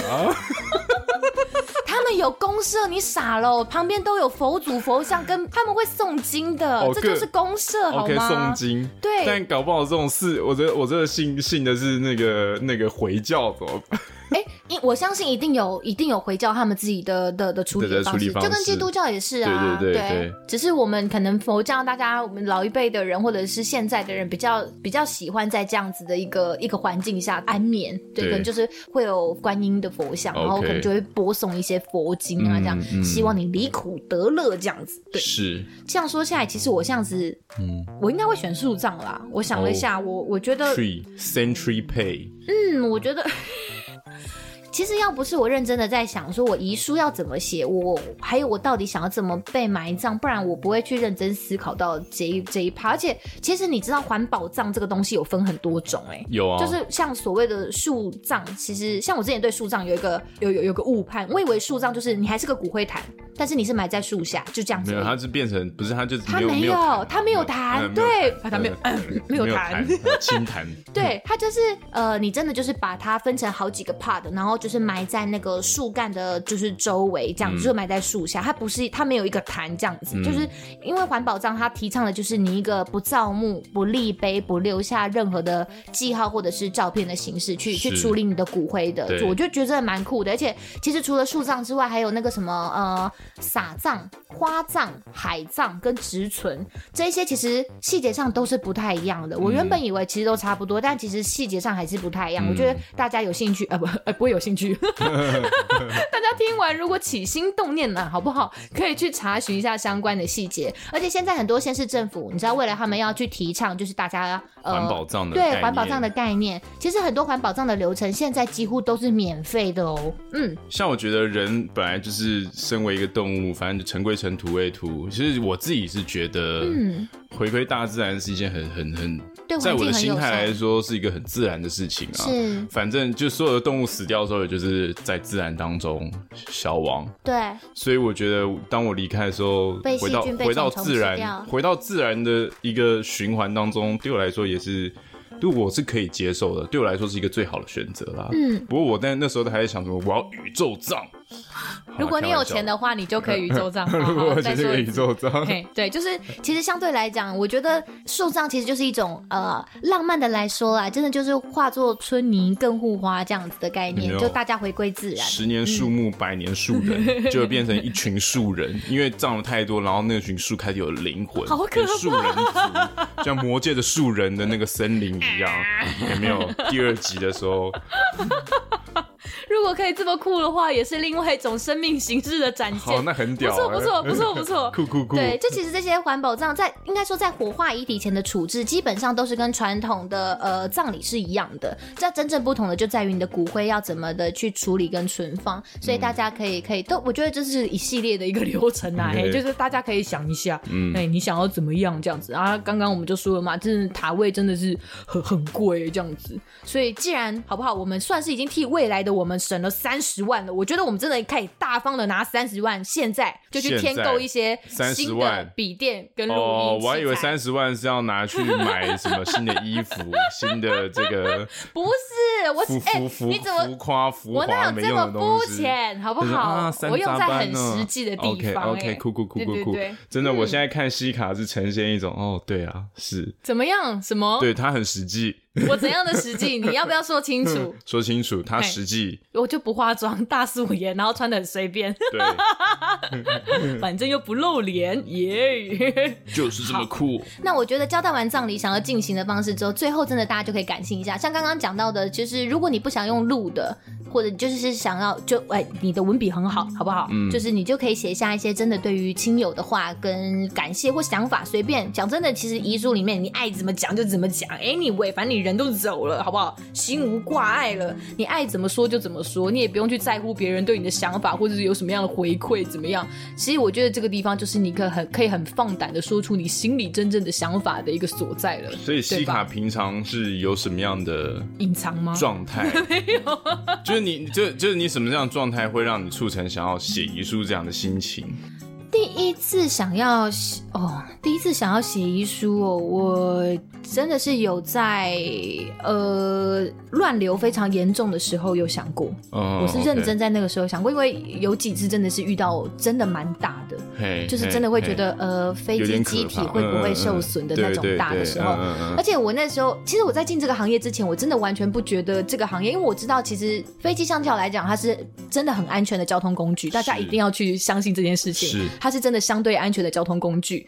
[SPEAKER 3] 他们有公社，你傻喽？旁边都有佛祖佛像，跟他们会诵经的，
[SPEAKER 2] 哦
[SPEAKER 3] 这
[SPEAKER 2] 各
[SPEAKER 3] 就是公社好
[SPEAKER 2] OK
[SPEAKER 3] 吗？
[SPEAKER 2] 诵经，
[SPEAKER 3] 对
[SPEAKER 2] 但搞不好这种事，我这我这信信的是那个那个回教怎么办？
[SPEAKER 3] 哎，因我相信一定有一定有回教他们自己的的的处理
[SPEAKER 2] 对的
[SPEAKER 3] 的方
[SPEAKER 2] 处
[SPEAKER 3] 式，
[SPEAKER 2] 理方
[SPEAKER 3] 就跟基
[SPEAKER 2] 式
[SPEAKER 3] 督教也是啊，
[SPEAKER 2] 对对对对
[SPEAKER 3] 只是我们可能佛教大家我们老一辈的人或者是现在的人比较比较喜欢在这样子的一个一个环境下安眠，对，
[SPEAKER 2] 对
[SPEAKER 3] 可能就是会有观音的佛像，然后
[SPEAKER 2] OK
[SPEAKER 3] 可能就会播送一些佛经啊，
[SPEAKER 2] 嗯
[SPEAKER 3] 这样、
[SPEAKER 2] 嗯
[SPEAKER 3] 希望你离苦得乐这样子。对，
[SPEAKER 2] 是，
[SPEAKER 3] 这样说下来，其实我这样子，
[SPEAKER 2] 嗯
[SPEAKER 3] 我应该会选树葬啦。我想了一下，我我觉得
[SPEAKER 2] ，tree century pay，
[SPEAKER 3] 嗯，我觉得其实要不是我认真的在想，说我遗书要怎么写，我还有我到底想要怎么被埋葬，不然我不会去认真思考到这一这一趴。而且，其实你知道环保葬这个东西有分很多种、欸，
[SPEAKER 2] 有啊，
[SPEAKER 3] 就是像所谓的树葬，其实像我之前对树葬有一个有有有个误判，我以为树葬就是你还是个骨灰坛，但是你是埋在树下，就这样子
[SPEAKER 2] 没
[SPEAKER 3] 而已。
[SPEAKER 2] 有，它是变成不是，它就是
[SPEAKER 3] 他
[SPEAKER 2] 没有
[SPEAKER 3] 没
[SPEAKER 2] 没有
[SPEAKER 3] 有
[SPEAKER 2] 弹
[SPEAKER 3] 他没有弹
[SPEAKER 2] 弹，
[SPEAKER 3] 对
[SPEAKER 2] 呃
[SPEAKER 3] 他没有嗯
[SPEAKER 2] 呃
[SPEAKER 3] 没有
[SPEAKER 2] 有
[SPEAKER 3] 弹
[SPEAKER 2] 弹，呃轻弹，
[SPEAKER 3] <laughs> 对，它就是呃，你真的就是把它分成好几个 part，然后就是埋在那个树干的，就是周围这样，子，就埋在树下。它不是它没有一个坛这样子，就是因为环保葬它提倡的就是你一个不造墓、不立碑、不留下任何的记号或者是照片的形式去去
[SPEAKER 2] 是
[SPEAKER 3] 处理你的骨灰的
[SPEAKER 2] 对，
[SPEAKER 3] 我就觉得这蛮酷的。而且其实除了树葬之外，还有那个什么呃撒葬、花葬、海葬跟植存，这一些其实细节上都是不太一样的。
[SPEAKER 2] 嗯
[SPEAKER 3] 我原本以为其实都差不多，但其实细节上还是不太一样。我
[SPEAKER 2] 嗯
[SPEAKER 3] 觉得大家有兴趣，呃不，呃不会有
[SPEAKER 2] <laughs>
[SPEAKER 3] 兴趣。 <laughs> 大家听完如果起心动念了、好不好？可以去查询一下相关的细节。而且现在很多县市政府，你知道为了他们要去提倡，就是大家呃
[SPEAKER 2] 环保葬的概
[SPEAKER 3] 对
[SPEAKER 2] 念
[SPEAKER 3] 环保葬的概念，其实很多环保葬的流程现在几乎都是免费的哦。嗯，
[SPEAKER 2] 像我觉得人本来就是身为一个动物，反正尘归尘，土归土。其实我自己是觉得，
[SPEAKER 3] 嗯
[SPEAKER 2] 回归大自然是一件很很很，
[SPEAKER 3] 对环境
[SPEAKER 2] 在我的心态
[SPEAKER 3] 很友
[SPEAKER 2] 来
[SPEAKER 3] 善
[SPEAKER 2] 说是一个很自然的事情啊。
[SPEAKER 3] 是
[SPEAKER 2] 反正就所有的动物死掉的时候，也就是在自然当中消亡。
[SPEAKER 3] 对，
[SPEAKER 2] 所以我觉得，当我离开的时候
[SPEAKER 3] 被，细
[SPEAKER 2] 回到
[SPEAKER 3] 菌被
[SPEAKER 2] 回到
[SPEAKER 3] 虫虫吃
[SPEAKER 2] 自然
[SPEAKER 3] 掉，
[SPEAKER 2] 回到自然的一个循环当中，对我来说也是，对我是可以接受的，对我来说是一个最好的选择啦。
[SPEAKER 3] 嗯，
[SPEAKER 2] 不过我但那时候还在想什么，我要宇宙葬。好啦
[SPEAKER 5] 如果你有钱，的话，你就可以宇宙账。好
[SPEAKER 2] <laughs> 开玩笑如果
[SPEAKER 5] 好啊
[SPEAKER 2] 我钱
[SPEAKER 5] 再说
[SPEAKER 2] 这个
[SPEAKER 5] 一
[SPEAKER 2] 宇
[SPEAKER 5] 次
[SPEAKER 2] 宙葬，
[SPEAKER 5] 嘿
[SPEAKER 3] 对，就是其实相对来讲，我觉得树葬其实就是一种呃浪漫的来说啦，真的就是化作春泥更护花这样子的概
[SPEAKER 2] 没
[SPEAKER 3] 念，
[SPEAKER 2] 有
[SPEAKER 3] 就大家回
[SPEAKER 2] <laughs>
[SPEAKER 3] 归自然。
[SPEAKER 2] 十年树木，百年树人，就会变成一群树人，因为葬了太多，然后那群树开始有灵魂，好可怕！树人族，像魔界的树人的那个森林一样，有没有？第二集的时候，
[SPEAKER 5] 如果可以这么酷的话，也是另外一种生命形式的展
[SPEAKER 2] 好，
[SPEAKER 5] 现。
[SPEAKER 2] 那很屌、哎
[SPEAKER 5] 不错，不错，不错，不
[SPEAKER 2] <laughs>
[SPEAKER 5] 错。
[SPEAKER 2] 酷酷酷，
[SPEAKER 3] 对，就其实这些环保葬在应该说在火化遗体前的处置，基本上都是跟传统的呃葬礼是一样的。这真正不同的就在于你的骨灰要怎么的去处理跟存放，所以大家可以可以都，我觉得这是一系列的一个流程啊，
[SPEAKER 2] 对
[SPEAKER 5] 哎，就是大家可以想一下，
[SPEAKER 2] 嗯
[SPEAKER 5] 哎，你想要怎么样这样子啊？刚刚我们就说了嘛，真的塔位真的是很很贵这样子，
[SPEAKER 3] 所以，既然好不好，我们算是已经替未来的我们省了三十万了。我觉得我们真的可以大方的拿三十万，现在就去添购一些
[SPEAKER 2] 现在
[SPEAKER 3] 新
[SPEAKER 2] 30
[SPEAKER 3] 的
[SPEAKER 2] 万
[SPEAKER 3] 笔电跟录音
[SPEAKER 2] 哦，我还以为
[SPEAKER 3] 器材
[SPEAKER 2] 三十万是要拿去买什么新的衣服、新的这个
[SPEAKER 3] 不是 <laughs> 我
[SPEAKER 2] 浮
[SPEAKER 3] 哎、
[SPEAKER 2] 浮浮
[SPEAKER 3] 你怎么
[SPEAKER 2] 浮夸浮
[SPEAKER 3] 我
[SPEAKER 2] 华
[SPEAKER 3] 哪
[SPEAKER 2] 没
[SPEAKER 3] 有这
[SPEAKER 2] 用
[SPEAKER 3] 么
[SPEAKER 2] 的东
[SPEAKER 3] 肤
[SPEAKER 2] 西。
[SPEAKER 3] 浅，好不
[SPEAKER 2] 就是
[SPEAKER 3] 好？
[SPEAKER 2] 啊、三
[SPEAKER 3] 我用
[SPEAKER 2] 杂
[SPEAKER 3] 在
[SPEAKER 2] 班
[SPEAKER 3] 很
[SPEAKER 2] 哦
[SPEAKER 3] 实际的地方、
[SPEAKER 2] OK
[SPEAKER 3] 哎
[SPEAKER 2] OK，酷酷酷
[SPEAKER 3] 对
[SPEAKER 2] 酷
[SPEAKER 3] 对
[SPEAKER 2] 酷
[SPEAKER 3] 对，嗯
[SPEAKER 2] 真的，我现在看西卡是呈现一种哦，对啊，是
[SPEAKER 5] 怎么样？什
[SPEAKER 3] 哦
[SPEAKER 5] 么？
[SPEAKER 2] 对他很实际，
[SPEAKER 5] 我怎样的实际？你要不要说清楚？
[SPEAKER 2] 说清楚，他实际
[SPEAKER 5] 我就不化妆，大素颜，然后穿的很随便，
[SPEAKER 3] <laughs>
[SPEAKER 2] 对，
[SPEAKER 5] 反正又不露脸，耶！
[SPEAKER 2] 就是这么酷，
[SPEAKER 3] <laughs> 那我觉得交代完葬礼想要进行的方式之后，最后真的大家就可以感性一下。像刚刚讲到的，就是如果你不想用录的，或者就是想要就哎，你的文笔很好，好不好？
[SPEAKER 2] 嗯
[SPEAKER 3] 就是你就可以写下一些真的对于亲友的话跟感谢或想法，随便讲真的。其实遗书里面你爱怎么讲就怎么讲，anyway，反正你人都走了，好不好？
[SPEAKER 5] 心无挂碍了，你爱怎么说就怎么说，你也不用去在乎别人对你的想法，或者是有什么样的回馈怎么样。其实我觉得这个地方就是你可很可以很放胆的说出你心里真正的想法的一个所在了。
[SPEAKER 2] 所以西卡
[SPEAKER 5] 对吧
[SPEAKER 2] 平常是有什么样的
[SPEAKER 5] 隐藏吗？
[SPEAKER 2] 状
[SPEAKER 5] <laughs>
[SPEAKER 2] 态？没有， <laughs> 就是你，就就是你什么样的状态会让你促成想要写遗书这样的心情？
[SPEAKER 3] 第一次想要写哦，第一次想要写遗书哦，我真的是有在呃乱流非常严重的时候有想过，
[SPEAKER 2] 嗯，
[SPEAKER 3] 我是认真在那个时候想过，因为有几次真的是遇到真的蛮大的，
[SPEAKER 2] 嘿
[SPEAKER 5] 就是真的会觉得呃，飞
[SPEAKER 2] 有
[SPEAKER 5] 机
[SPEAKER 2] 点可
[SPEAKER 5] 机体
[SPEAKER 2] 怕
[SPEAKER 5] 会不会受损的那种大的时候
[SPEAKER 2] 嗯。嗯嗯对对对嗯嗯嗯
[SPEAKER 5] 而且我那时候，其实我在进这个行业之前，我真的完全不觉得这个行业，因为我知道其实飞机相较来讲，它是真的很安全的交通工具，大家一定要去相信这件事情
[SPEAKER 2] 是，
[SPEAKER 5] 它是真的相对安全的交通工具。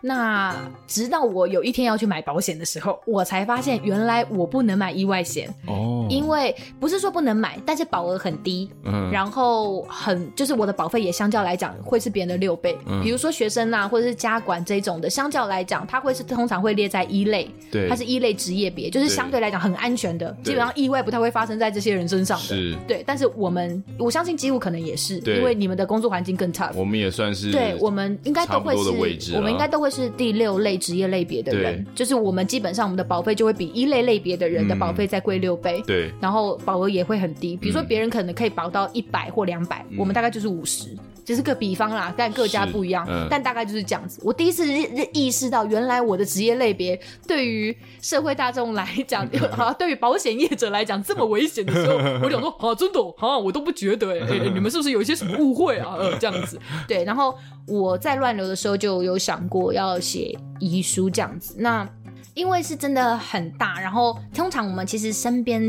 [SPEAKER 5] 那直到我有一天要去买保险的时候，我才发现原来我不能买意外险，
[SPEAKER 2] 哦，
[SPEAKER 5] 因为不是说不能买，但是保额很低，
[SPEAKER 2] 嗯
[SPEAKER 5] 然后很就是我的保费也相较来讲会是别人的六倍，
[SPEAKER 2] 嗯
[SPEAKER 5] 比如说学生啊或者是家管这种的，相较来讲它会是通常会列在一类，
[SPEAKER 2] 对
[SPEAKER 5] 它是一类职业别，就是
[SPEAKER 2] 对
[SPEAKER 5] 相对来讲很安全的，
[SPEAKER 2] 对
[SPEAKER 5] 基本上意外不太会发生在这些人身上的。
[SPEAKER 2] 是
[SPEAKER 5] 对，但是我们我相信机务可能也是，
[SPEAKER 2] 对
[SPEAKER 5] 因为你们的工作环境更 tough。
[SPEAKER 2] 我们也算是
[SPEAKER 5] 对，我们应该都会
[SPEAKER 2] 差不多的位置
[SPEAKER 5] 是，
[SPEAKER 2] 了
[SPEAKER 5] 我们应该都会是第六类职业类别的人，就是我们基本上我们的保费就会比一类类别的人的
[SPEAKER 2] 嗯
[SPEAKER 5] 保费再贵六倍。
[SPEAKER 2] 对
[SPEAKER 5] 然后保额也会很低。比如说
[SPEAKER 2] 嗯
[SPEAKER 5] 别人可能可以保到一百或两百、
[SPEAKER 2] 嗯
[SPEAKER 5] 我们大概就是五十，只是个比方啦，但各家
[SPEAKER 2] 是
[SPEAKER 5] 不一样，
[SPEAKER 2] 嗯
[SPEAKER 5] 但大概就是这样子。我第一次认认意识到，原来我的职业类别对于社会大众来
[SPEAKER 2] <laughs>
[SPEAKER 5] 讲，啊，对于保险业者来讲这么危险的时候，我想说啊，真的哦啊，我都不
[SPEAKER 2] <laughs>
[SPEAKER 5] 觉得、欸欸你们是不是有一些什么误会啊？呃，这样子，对。然后我在乱流的时候就有想过要写遗书这样子，那。因为是真的很大，然后通常我们其实身边，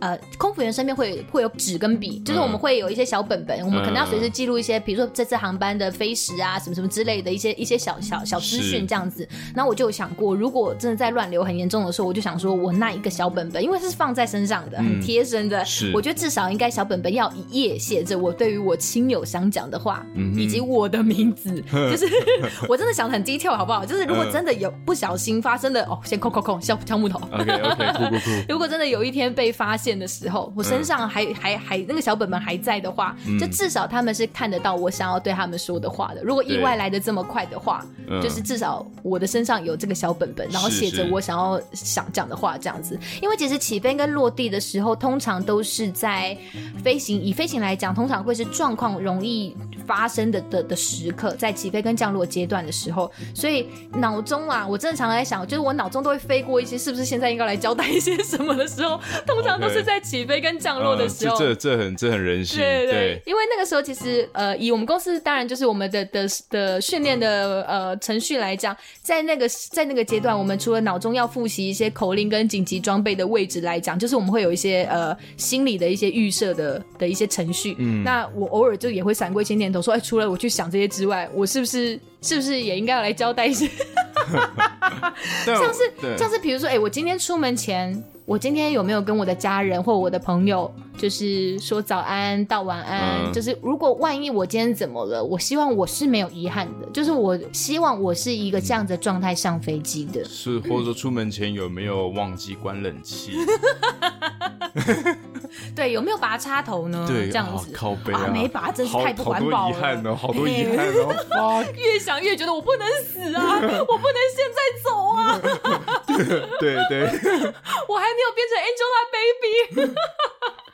[SPEAKER 5] 呃，空服员身边会会有纸跟笔，就是我
[SPEAKER 2] 嗯
[SPEAKER 5] 们会有一些小本本，我们可能要随时记录一些，比如说这次航班的飞时啊，什么什么之类的一些一些小小小资
[SPEAKER 2] 嗯是
[SPEAKER 5] 讯这样子。然后我就有想过，如果真的在乱流很严重的时候，我就想说我那一个小本本，因为是放在身上的，很贴身的，
[SPEAKER 2] 嗯是
[SPEAKER 5] 我觉得至少应该小本本要一页写着我对于我亲友想讲的话，
[SPEAKER 2] 嗯哼
[SPEAKER 5] 以及我的
[SPEAKER 2] <laughs>
[SPEAKER 5] 名字，就是 <laughs> 我真的想的很 detail 好不好？就是
[SPEAKER 2] 嗯
[SPEAKER 5] 如果真的有不小心发生的，哦，先扣扣扣，敲敲木头。
[SPEAKER 2] OK
[SPEAKER 5] <laughs>
[SPEAKER 2] OK 酷酷酷，
[SPEAKER 5] 如果真的有一天被发现的时候，我身上
[SPEAKER 2] 嗯
[SPEAKER 5] 还、还还那个小本本还在的话，就至少他们是看得到我想要对他们说的话的。如果意外
[SPEAKER 2] 对
[SPEAKER 5] 来的这么快的话，
[SPEAKER 2] 嗯
[SPEAKER 5] 就是至少我的身上有这个小本本，然后
[SPEAKER 2] 是
[SPEAKER 5] 写着
[SPEAKER 2] 是
[SPEAKER 5] 我想要想讲的话，这样子。因为其实起飞跟落地的时候，通常都是在飞行，以飞行来讲，通常会是状况容易发生的的的时刻，在起飞跟降落阶段的时候，所以脑中啊，我正常来想，就是我脑中都会飞过一些，是不是现在应该来交代一些什么的时候，通常都是
[SPEAKER 2] OK
[SPEAKER 5] 在起飞跟降落的
[SPEAKER 2] 嗯
[SPEAKER 5] 时候。
[SPEAKER 2] 这这这很这很人性，
[SPEAKER 5] 对
[SPEAKER 2] 对，
[SPEAKER 5] 因为那个时候其实呃，以我们公司当然就是我们的的的训练的呃程序来讲，在那个在那个阶段，我们除了脑中要复习一些口令跟紧急装备的位置来讲，就是我们会有一些呃心理的一些预设的的一些程序。嗯，那我偶尔就也会闪过一些念头说，哎，除了我去想这些之外，我是不是是不是也应该要来交代一些？
[SPEAKER 2] 但我
[SPEAKER 5] 像
[SPEAKER 2] 哦对
[SPEAKER 5] 是像是比如说，哎、我今天出门前，我今天有没有跟我的家人或我的朋友，就是说早安到晚安？
[SPEAKER 2] 嗯
[SPEAKER 5] 就是如果万一我今天怎么了，我希望我是没有遗憾的，就是我希望我是一个这样子的状态上飞机的。
[SPEAKER 2] 是或者说出门前有没有忘记关冷气？
[SPEAKER 5] 对，有没有拔插头呢？
[SPEAKER 2] 对，
[SPEAKER 5] 嗯这样
[SPEAKER 2] 啊
[SPEAKER 5] 子。
[SPEAKER 2] 靠背
[SPEAKER 5] 啊没拔真是
[SPEAKER 2] 好
[SPEAKER 5] 太不环
[SPEAKER 2] 好多
[SPEAKER 5] 保
[SPEAKER 2] 遗憾
[SPEAKER 5] 了 <laughs>
[SPEAKER 2] 哦，好多遗憾哦，fuck，
[SPEAKER 5] 越想越觉得我不能死啊！ <laughs> 我不能现在走啊！
[SPEAKER 2] 对对，
[SPEAKER 5] 我还没有变成 Angelababy。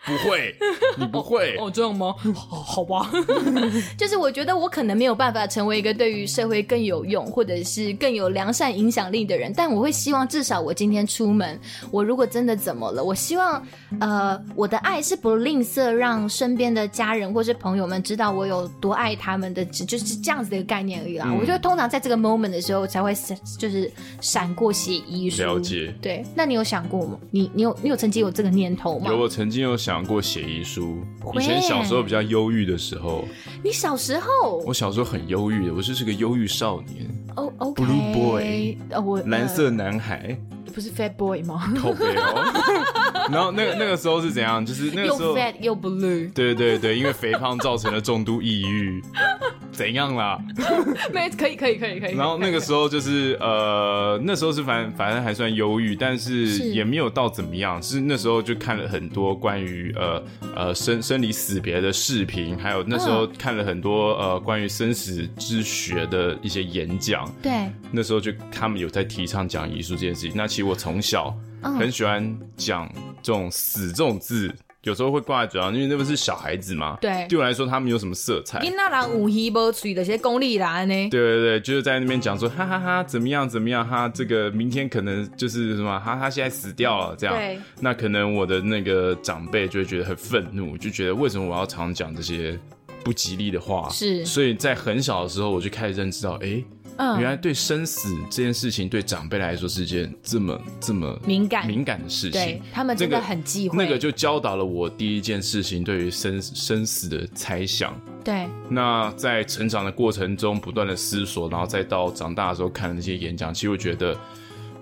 [SPEAKER 2] 不会，你不会，
[SPEAKER 5] <laughs> 哦，这样吗？好好吧， <laughs> 就是我觉得我可能没有办法成为一个对于社会更有用，或者是更有良善影响力的人，但我会希望至少我今天出门，我如果真的怎么了，我希望呃我的爱是不吝啬让身边的家人或是朋友们知道我有多爱他们的，只就是这样子的一个概念而已啦。我觉得通常在这个 moment 的时候才会闪就是闪过写遗书。
[SPEAKER 2] 了解。
[SPEAKER 5] 对，那你有想过吗？你你有你有曾经有这个念头吗？
[SPEAKER 2] 有，我曾经有想过写遗书。
[SPEAKER 5] 会
[SPEAKER 2] 以前小时候比较忧郁的时候，
[SPEAKER 5] 你小时候
[SPEAKER 2] 我小时候很忧郁的，我就是个忧郁少年，
[SPEAKER 6] Oh,
[SPEAKER 5] 哦、o k
[SPEAKER 2] Blue boy，
[SPEAKER 5] 呃，我
[SPEAKER 2] 蓝色男孩，
[SPEAKER 5] 呃不是 Fat Boy 吗？
[SPEAKER 2] 靠背哦。然后那个那个时候是怎样？就是那个
[SPEAKER 5] <laughs> 又
[SPEAKER 2] 时候，
[SPEAKER 5] Fat 又 Blue，
[SPEAKER 2] 对对对，因为肥胖造成了重度抑郁，怎样啦？
[SPEAKER 5] 没可以可以可以可以。
[SPEAKER 2] 然后那
[SPEAKER 6] <laughs>
[SPEAKER 2] 个时候就是呃，那时候是反反正还算忧郁，但是
[SPEAKER 5] 是
[SPEAKER 2] 也没有到怎么样。是那时候就看了很多关于呃呃生生离死别的视频，还有那时
[SPEAKER 5] 嗯
[SPEAKER 2] 候看了很多呃关于生死之学的一些演讲。
[SPEAKER 5] 对，
[SPEAKER 2] 那时候就他们有在提倡讲遗书这件事情。那其实我从小
[SPEAKER 5] 嗯
[SPEAKER 2] 很喜欢讲这种“死”这种字，有时候会挂在嘴上，因为那不是小孩子嘛。
[SPEAKER 5] 对
[SPEAKER 2] 对我来说他们有什么色彩？
[SPEAKER 5] 囡仔人有希无嘴的些功利啦呢。
[SPEAKER 2] <laughs> 对对对，就是在那边讲说哈哈哈怎么样怎么样哈，这个明天可能就是什么哈哈现在死掉了这样。
[SPEAKER 5] 对，
[SPEAKER 2] 那可能我的那个长辈就会觉得很愤怒，就觉得为什么我要常讲这些不吉利的话，
[SPEAKER 5] 是
[SPEAKER 2] 所以在很小的时候我就开始认知到，哎、
[SPEAKER 6] 嗯
[SPEAKER 2] 原来对生死这件事情对长辈来说是一件这么这么
[SPEAKER 6] 敏感
[SPEAKER 2] 敏感的事
[SPEAKER 5] 对
[SPEAKER 2] 情。
[SPEAKER 6] 他们真
[SPEAKER 2] 这
[SPEAKER 6] 的
[SPEAKER 2] 个
[SPEAKER 6] 很忌讳
[SPEAKER 2] 那个就教导了我第一件事情对于生生死的猜想。
[SPEAKER 6] 对，
[SPEAKER 2] 那在成长的过程中，不断的思索，然后再到长大的时候看的那些演讲，其实我觉得，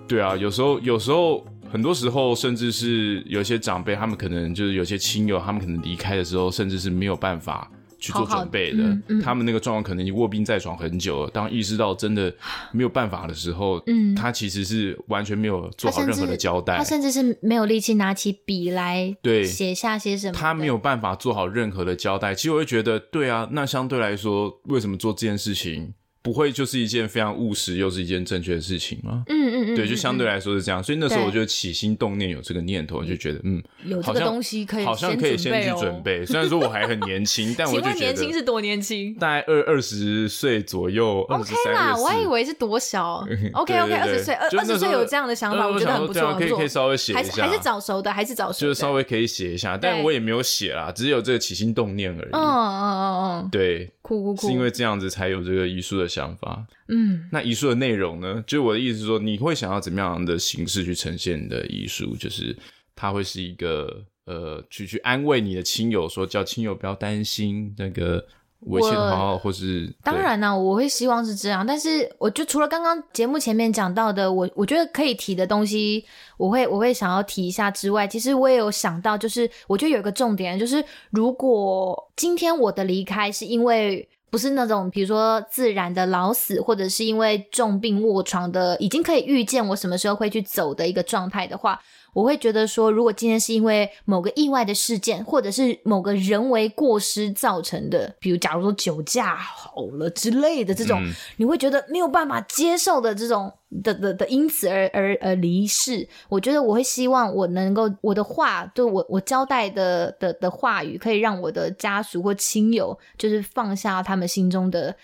[SPEAKER 2] 对啊，有时候，有时候，很多时候，甚至是有些长辈，他们可能就是有些亲友，他们可能离开的时候，甚至是没有办法去做准备的，
[SPEAKER 5] 嗯
[SPEAKER 2] 他们那个状况可能已经卧病在床很久了。当意识到真的没有办法的时候，
[SPEAKER 5] 嗯
[SPEAKER 2] 他其实是完全没有做好
[SPEAKER 5] 他甚
[SPEAKER 2] 任何
[SPEAKER 5] 至
[SPEAKER 2] 的交代
[SPEAKER 5] 他，甚至是没有力气拿起笔来
[SPEAKER 2] 对
[SPEAKER 5] 写下些什么的，
[SPEAKER 2] 他没有办法做好任何的交代。其实我会觉得，对啊，那相对来说，为什么做这件事情不会就是一件非常务实又是一件正确的事情吗？
[SPEAKER 5] 嗯，嗯嗯嗯，
[SPEAKER 2] 对，就相对
[SPEAKER 5] 嗯
[SPEAKER 2] 来说是这样。所以那时候
[SPEAKER 5] 对
[SPEAKER 2] 我就起心动念有这个念头，就觉得嗯，
[SPEAKER 6] 有这
[SPEAKER 2] 好
[SPEAKER 6] 个
[SPEAKER 2] 像
[SPEAKER 6] 东西可以
[SPEAKER 2] 好像可以先去
[SPEAKER 6] 哦
[SPEAKER 2] 准。备。虽然说我还很
[SPEAKER 6] <laughs>
[SPEAKER 2] 年轻，但我
[SPEAKER 6] 请
[SPEAKER 2] 就觉
[SPEAKER 6] 问
[SPEAKER 2] 得
[SPEAKER 6] 年轻是多年轻？
[SPEAKER 2] 大概二二十岁左右，二十
[SPEAKER 6] OK
[SPEAKER 2] 三
[SPEAKER 6] 啦，
[SPEAKER 2] 二
[SPEAKER 6] 我还以为是多
[SPEAKER 2] <laughs>
[SPEAKER 6] 小。OK OK，二十岁，二二十岁有这样的想
[SPEAKER 2] 呃
[SPEAKER 6] 法，我觉得很不错，
[SPEAKER 2] 啊可以可以
[SPEAKER 6] 很不错
[SPEAKER 2] 稍微写
[SPEAKER 6] 还
[SPEAKER 2] 一
[SPEAKER 6] 是
[SPEAKER 2] 下，
[SPEAKER 6] 还是早熟的，还是早熟
[SPEAKER 2] 就
[SPEAKER 6] 的，
[SPEAKER 2] 是稍微可以写一下，但
[SPEAKER 6] 对
[SPEAKER 2] 我也没有写啦，只有这个起心动念而
[SPEAKER 6] 嗯
[SPEAKER 2] 已。
[SPEAKER 6] 嗯嗯嗯，
[SPEAKER 2] 对，
[SPEAKER 6] 酷酷酷，
[SPEAKER 2] 是因为这样子才有这个遗书的想法。
[SPEAKER 6] 嗯，
[SPEAKER 2] 那遗书的内容呢？就是我的意思是说，你会想要怎么样的形式去呈现你的遗书？就是它会是一个呃，去去安慰你的亲友，说叫亲友不要担心那个危险
[SPEAKER 5] 我
[SPEAKER 2] 的话，或是
[SPEAKER 5] 当然啦、我会希望是这样，但是我就除了刚刚节目前面讲到的，我我觉得可以提的东西，我会我会想要提一下之外，其实我也有想到，就是我觉得有一个重点，就是如果今天我的离开是因为不是那种比如说自然的老死，或者是因为重病卧床的，已经可以预见我什么时候会去走的一个状态的话，我会觉得说，如果今天是因为某个意外的事件，或者是某个人为过失造成的，比如假如说酒驾好了之类的这种，
[SPEAKER 2] 嗯
[SPEAKER 5] 你会觉得没有办法接受的这种的的的因此而而而离世。我觉得我会希望我能够我的话，就我我交代的的的话语，可以让我的家属或亲友就是放下他们心中的。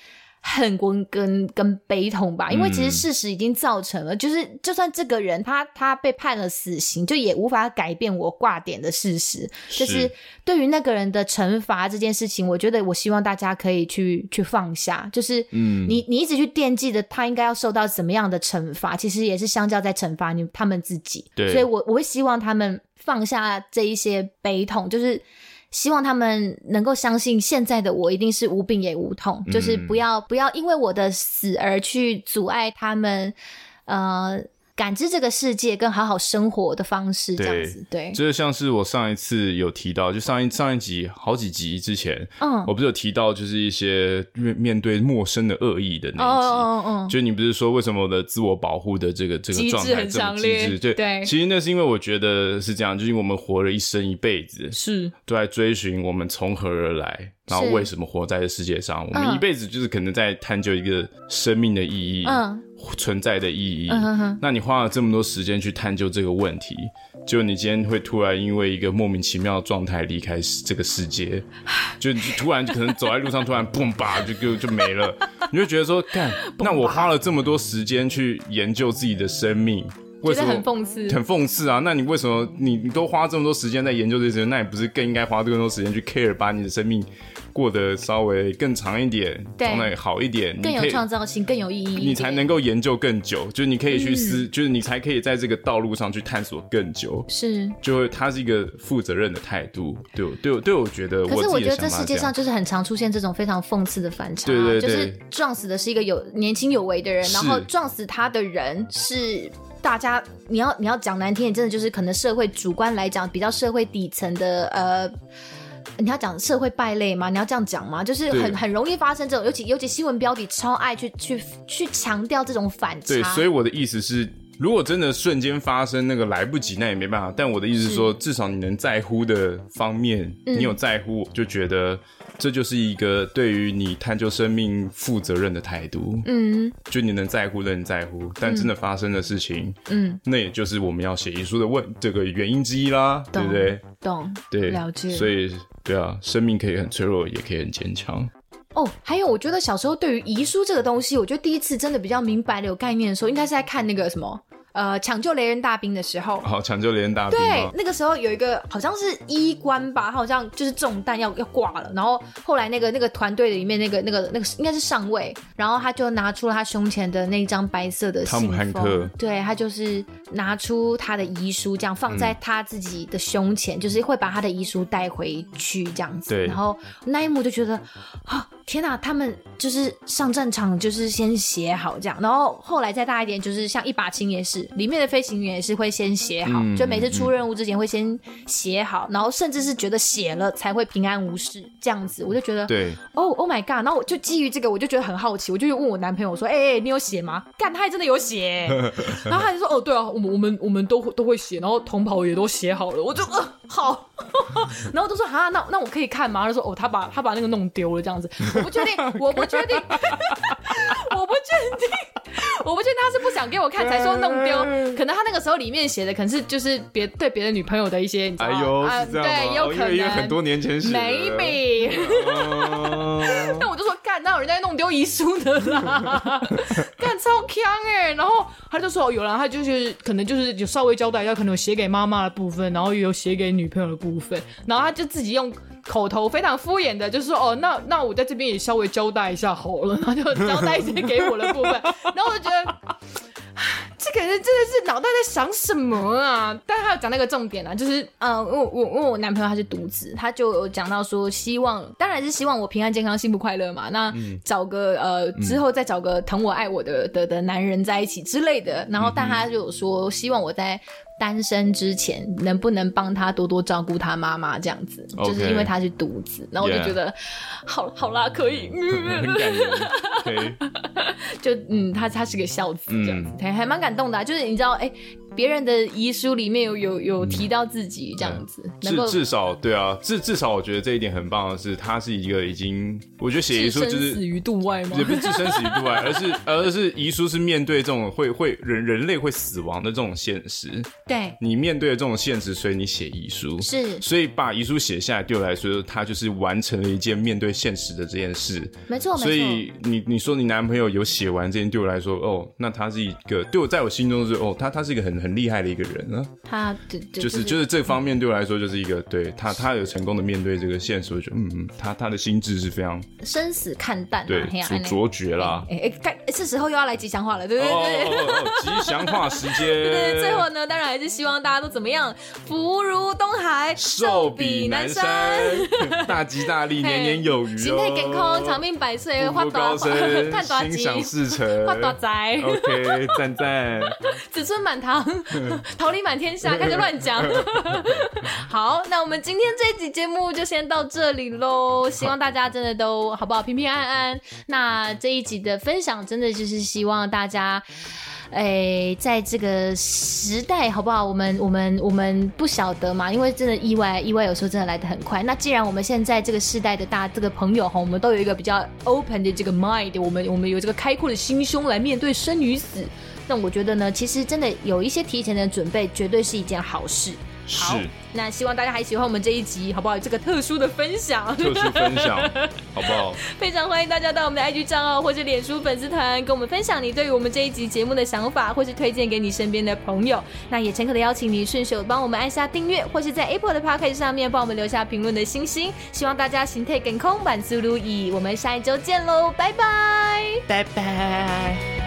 [SPEAKER 5] 恨跟跟跟悲痛吧，因为其实
[SPEAKER 2] 嗯
[SPEAKER 5] 事实已经造成了，就是就算这个人他他被判了死刑，就也无法改变我挂点的事实。
[SPEAKER 2] 对
[SPEAKER 5] 就是对于那个人的惩罚这件事情，我觉得我希望大家可以去去放下，就是
[SPEAKER 2] 嗯
[SPEAKER 5] 你你一直去惦记着他应该要受到怎么样的惩罚，其实也是相较在惩罚你他们自己。
[SPEAKER 2] 对
[SPEAKER 5] 所以我我会希望他们放下这一些悲痛，就是。希望他们能够相信，现在的我一定是无病也无痛，就是
[SPEAKER 2] 嗯
[SPEAKER 5] 不要不要因为我的死而去阻碍他们，呃，感知这个世界跟好好生活的方式，这样
[SPEAKER 2] 对
[SPEAKER 5] 子，对，
[SPEAKER 2] 这就像是我上一次有提到，就上一上一集好几集之前，
[SPEAKER 5] 嗯
[SPEAKER 2] 我不是有提到，就是一些面面对陌生的恶意的那一集。
[SPEAKER 5] 哦哦哦
[SPEAKER 2] 就你不是说为什么我的自我保护的这个这
[SPEAKER 6] 嗯
[SPEAKER 2] 个
[SPEAKER 6] 机制
[SPEAKER 2] 状态
[SPEAKER 6] 很
[SPEAKER 2] 这么
[SPEAKER 6] 强
[SPEAKER 2] 机
[SPEAKER 6] 烈
[SPEAKER 2] 制？对
[SPEAKER 6] 对
[SPEAKER 2] 其实那是因为我觉得是这样，就是因为我们活了一生一辈子，
[SPEAKER 6] 是
[SPEAKER 2] 都在追寻我们从何而来，然后
[SPEAKER 5] 是
[SPEAKER 2] 为什么活在这世界上。我
[SPEAKER 5] 嗯
[SPEAKER 2] 们一辈子就是可能在探究一个生命的意义，
[SPEAKER 5] 嗯
[SPEAKER 2] 存在的意义。
[SPEAKER 5] 嗯哼哼
[SPEAKER 2] 那你花了这么多时间去探究这个问题，结果你今天会突然因为一个莫名其妙的状态离开这个世
[SPEAKER 5] <sighs>
[SPEAKER 2] 界，就你就突然可能走在路上，突然嘣吧就就就没
[SPEAKER 5] <laughs>
[SPEAKER 2] 了，你就觉得说，干，那我花了这么多时间去研究自己的生命，为
[SPEAKER 6] 觉
[SPEAKER 2] 什
[SPEAKER 6] 得很
[SPEAKER 2] 么
[SPEAKER 6] 讽刺，
[SPEAKER 2] 很讽刺啊！那你为什么你你都花这么多时间在研究这些，那你不是更应该花更多时间去 care，把你的生命过得稍微更长一点，
[SPEAKER 5] 对
[SPEAKER 2] 状态好一点，
[SPEAKER 5] 更
[SPEAKER 2] 你可
[SPEAKER 5] 有
[SPEAKER 2] 以
[SPEAKER 5] 创造性，更有意义一点，嗯
[SPEAKER 2] 你才能够研究更久，就是你可以去思，就是你才可以在这个道路上去探索更久。
[SPEAKER 5] 是。
[SPEAKER 2] 就会，它是一个负责任的态度，对我，对我，对我觉得
[SPEAKER 5] 可
[SPEAKER 2] 我
[SPEAKER 5] 是
[SPEAKER 2] 自
[SPEAKER 5] 我
[SPEAKER 2] 己
[SPEAKER 5] 觉
[SPEAKER 2] 的想
[SPEAKER 5] 得这
[SPEAKER 2] 法
[SPEAKER 5] 世
[SPEAKER 2] 是
[SPEAKER 5] 界
[SPEAKER 2] 这
[SPEAKER 5] 上
[SPEAKER 2] 样。
[SPEAKER 5] 就是很常出现这种非常讽刺的反差，啊
[SPEAKER 2] 对对对
[SPEAKER 5] 就是撞死的是一个有年轻有为的人，
[SPEAKER 2] 是
[SPEAKER 5] 然后撞死他的人是大家，你要你要讲难听点，真的就是可能社会主观来讲比较社会底层的呃。你要讲社会败类吗？你要这样讲吗？就是很
[SPEAKER 2] 对
[SPEAKER 5] 很容易发生这种，尤其尤其新闻标题超爱去去去强调这种反差。
[SPEAKER 2] 对，所以我的意思是，如果真的瞬间发生那个来不及，那也没办法。但我的意思是
[SPEAKER 5] 嗯
[SPEAKER 2] 说，至少你能在乎的方面，你有在乎，我就觉得这就是一个对于你探究生命负责任的态度。
[SPEAKER 5] 嗯，
[SPEAKER 2] 就你能在乎的，你在乎，但真的发生的事情，
[SPEAKER 5] 嗯，
[SPEAKER 2] 那也就是我们要写遗书的问这个原因之一啦，对不对？
[SPEAKER 5] 懂。
[SPEAKER 2] 对，
[SPEAKER 6] 了解
[SPEAKER 2] 所以，对啊，生命可以很脆弱，也可以很坚强。
[SPEAKER 5] 哦，还有，我觉得小时候对于遗书这个东西，我觉得第一次真的比较明白的有概念的时候，应该是在看那个什么呃抢救雷恩大兵的时候，
[SPEAKER 2] 好抢救连啊大兵
[SPEAKER 5] 对
[SPEAKER 2] 哦，，
[SPEAKER 5] 那个时候有一个好像是医官吧，他好像就是中弹要要挂了，然后后来那个那个团队里面那个那个那个应该是上尉，然后他就拿出了他胸前的那一张白色的
[SPEAKER 2] 汤姆
[SPEAKER 5] 信
[SPEAKER 2] 汉
[SPEAKER 5] 封
[SPEAKER 2] 克
[SPEAKER 5] 对他就是拿出他的遗书，这样放
[SPEAKER 2] 嗯
[SPEAKER 5] 在他自己的胸前，就是会把他的遗书带回去这样子。
[SPEAKER 2] 对
[SPEAKER 5] 然后那一幕就觉得啊，天哪，他们就是上战场就是先写好这样，然后后来再大一点，就是像一把青也是，里面的飞行员也是会先写好，
[SPEAKER 2] 嗯
[SPEAKER 5] 就每次出任务之前会先写好，然后甚至是觉得写了才会平安无事这样子，我就觉得
[SPEAKER 2] 对，
[SPEAKER 5] 哦、oh my god！然后我就基于这个，我就觉得很好奇，我就问我男朋友说：“哎、欸、你有写吗？”干，他还真的有
[SPEAKER 2] <laughs>
[SPEAKER 5] 写、然后他就说：“哦，对啊，我们我们我们都会都会写，然后同袍也都写好了。”我就呃好， <laughs> 然后都说：“啊，那那我可以看吗？”他说：“哦，他把他把那个弄丢了，这样子。”我不确
[SPEAKER 2] <laughs>
[SPEAKER 5] 定，我不确定， <laughs> 我不确定，我不确定他是不想给我看才说弄丢，
[SPEAKER 2] 哎
[SPEAKER 5] 可能他那个时候里面写的可能是就是别对别的女朋友的一些，你知道
[SPEAKER 2] 哎
[SPEAKER 5] 吗？
[SPEAKER 2] 呦，
[SPEAKER 5] 啊
[SPEAKER 2] 是这样吗？
[SPEAKER 5] 对，有
[SPEAKER 2] 哦因
[SPEAKER 5] 可
[SPEAKER 2] 为因为
[SPEAKER 5] 能
[SPEAKER 2] 很多年前写的
[SPEAKER 5] maybe。
[SPEAKER 2] 哦
[SPEAKER 5] <laughs> 但我就说干，哪有人家弄丢遗书的啦？干超强哎、然后他就说哦有啦，他就是可能就是有稍微交代一下，可能有写给妈妈的部分，然后也有写给女朋友的部分，然后他就自己用口头非常敷衍的，就是说哦，那那我在这边也稍微交代一下好了，然后就交代一些给我的部分，然后我就觉得。这个人真的是脑袋在想什么啊！但他有讲到一个重点啊，就是呃，我我我我男朋友他是独子，他就有讲到说，希望当然是希望我平安健康、幸福快乐嘛。那
[SPEAKER 2] 嗯
[SPEAKER 5] 找个、呃之后再找个疼我爱我的的的男人在一起之类的。
[SPEAKER 2] 嗯
[SPEAKER 5] 然后，但他就有说，希望我在。单身之前能不能帮他多多照顾他妈妈这样子
[SPEAKER 2] OK
[SPEAKER 5] 就是因为他是独子，然后我就
[SPEAKER 2] Yeah
[SPEAKER 5] 觉得好好啦，可
[SPEAKER 2] <laughs>
[SPEAKER 5] 以，嗯、
[SPEAKER 2] 很感
[SPEAKER 5] <laughs>
[SPEAKER 2] 人，对，
[SPEAKER 5] 就嗯，他他是个孝子这样子
[SPEAKER 2] 嗯，
[SPEAKER 5] 还还蛮感动的啊、就是你知道，哎、别人的遗书里面有有有提到自己这样子，能够
[SPEAKER 2] 至至少对啊，至至少我觉得这一点很棒的是，他是一个已经，我觉得写遗
[SPEAKER 5] 置
[SPEAKER 2] 书
[SPEAKER 5] 身
[SPEAKER 2] 就是
[SPEAKER 5] 死于度外吗
[SPEAKER 2] 也？不是置身死于度外， <laughs> 而是而是遗书是面对这种会会人人类会死亡的这种现实，
[SPEAKER 5] 对，
[SPEAKER 2] 你面对这种现实，所以你写遗书。
[SPEAKER 5] 是
[SPEAKER 2] 所以把遗书写下来，对我来说，它就是完成了一件面对现实的这件事。
[SPEAKER 5] 没错没
[SPEAKER 2] 所
[SPEAKER 5] 错，
[SPEAKER 2] 以你你说你男朋友有写完这件，对我来说，哦，那他是一个对我在我心中是哦，他他是一个很很厉害的一个人啊。
[SPEAKER 5] 他对对
[SPEAKER 2] 就是就是这方面对我来说就是一个对他他有成功的面对这个现实，我觉得嗯嗯，他他的心智是非常
[SPEAKER 5] 生死看淡、啊，
[SPEAKER 2] 对
[SPEAKER 5] 嘿啊
[SPEAKER 2] 卓卓绝啦。
[SPEAKER 5] 哎哎，该、是时候又要来吉祥话了，对
[SPEAKER 2] 哦
[SPEAKER 5] 不对？对对
[SPEAKER 2] 哦哦哦，吉祥话时间。
[SPEAKER 5] 哎 <laughs> 对对最后呢，当然还是希望大家都怎么样，福如东海，
[SPEAKER 2] 寿比南山，大吉大利，年年有余哦。
[SPEAKER 5] 心态健康，长命百岁，
[SPEAKER 2] 步
[SPEAKER 5] 花
[SPEAKER 2] 步
[SPEAKER 5] 大
[SPEAKER 2] 高
[SPEAKER 5] <laughs>
[SPEAKER 2] 升，
[SPEAKER 5] 探大
[SPEAKER 2] 心
[SPEAKER 5] 吉，
[SPEAKER 2] 想事成，
[SPEAKER 5] 发大财。
[SPEAKER 2] OK，赞赞，
[SPEAKER 5] <laughs> 子孙满堂，桃李满天下，开始乱讲。好，那我们今天这一集节目就先到这里喽，希望大家真的都好不好，平平安安。那这一集的分享，真的就是希望大家。哎，在这个时代，好不好？我们我们我们不晓得嘛，因为真的意外，意外有时候真的来得很快。那既然我们现在这个世代的大这个朋友哈，我们都有一个比较 open 的这个 mind，我们我们有这个开阔的心胸来面对生与死。那我觉得呢，其实真的有一些提前的准备，绝对是一件好事。好
[SPEAKER 2] 是，
[SPEAKER 5] 那希望大家还喜欢我们这一集，好不好？这个特殊的分享， <laughs>
[SPEAKER 2] 特殊分享，好不好？
[SPEAKER 5] 非常欢迎大家到我们的 IG 账号或者脸书粉丝团，跟我们分享你对于我们这一集节目的想法，或是推荐给你身边的朋友。那也诚恳的邀请你顺手帮我们按下订阅，或是在 Apple 的 p o c k e t 上面帮我们留下评论的星星。希望大家心态更空，满足如意。我们下一周见喽，拜拜。
[SPEAKER 3] 拜拜。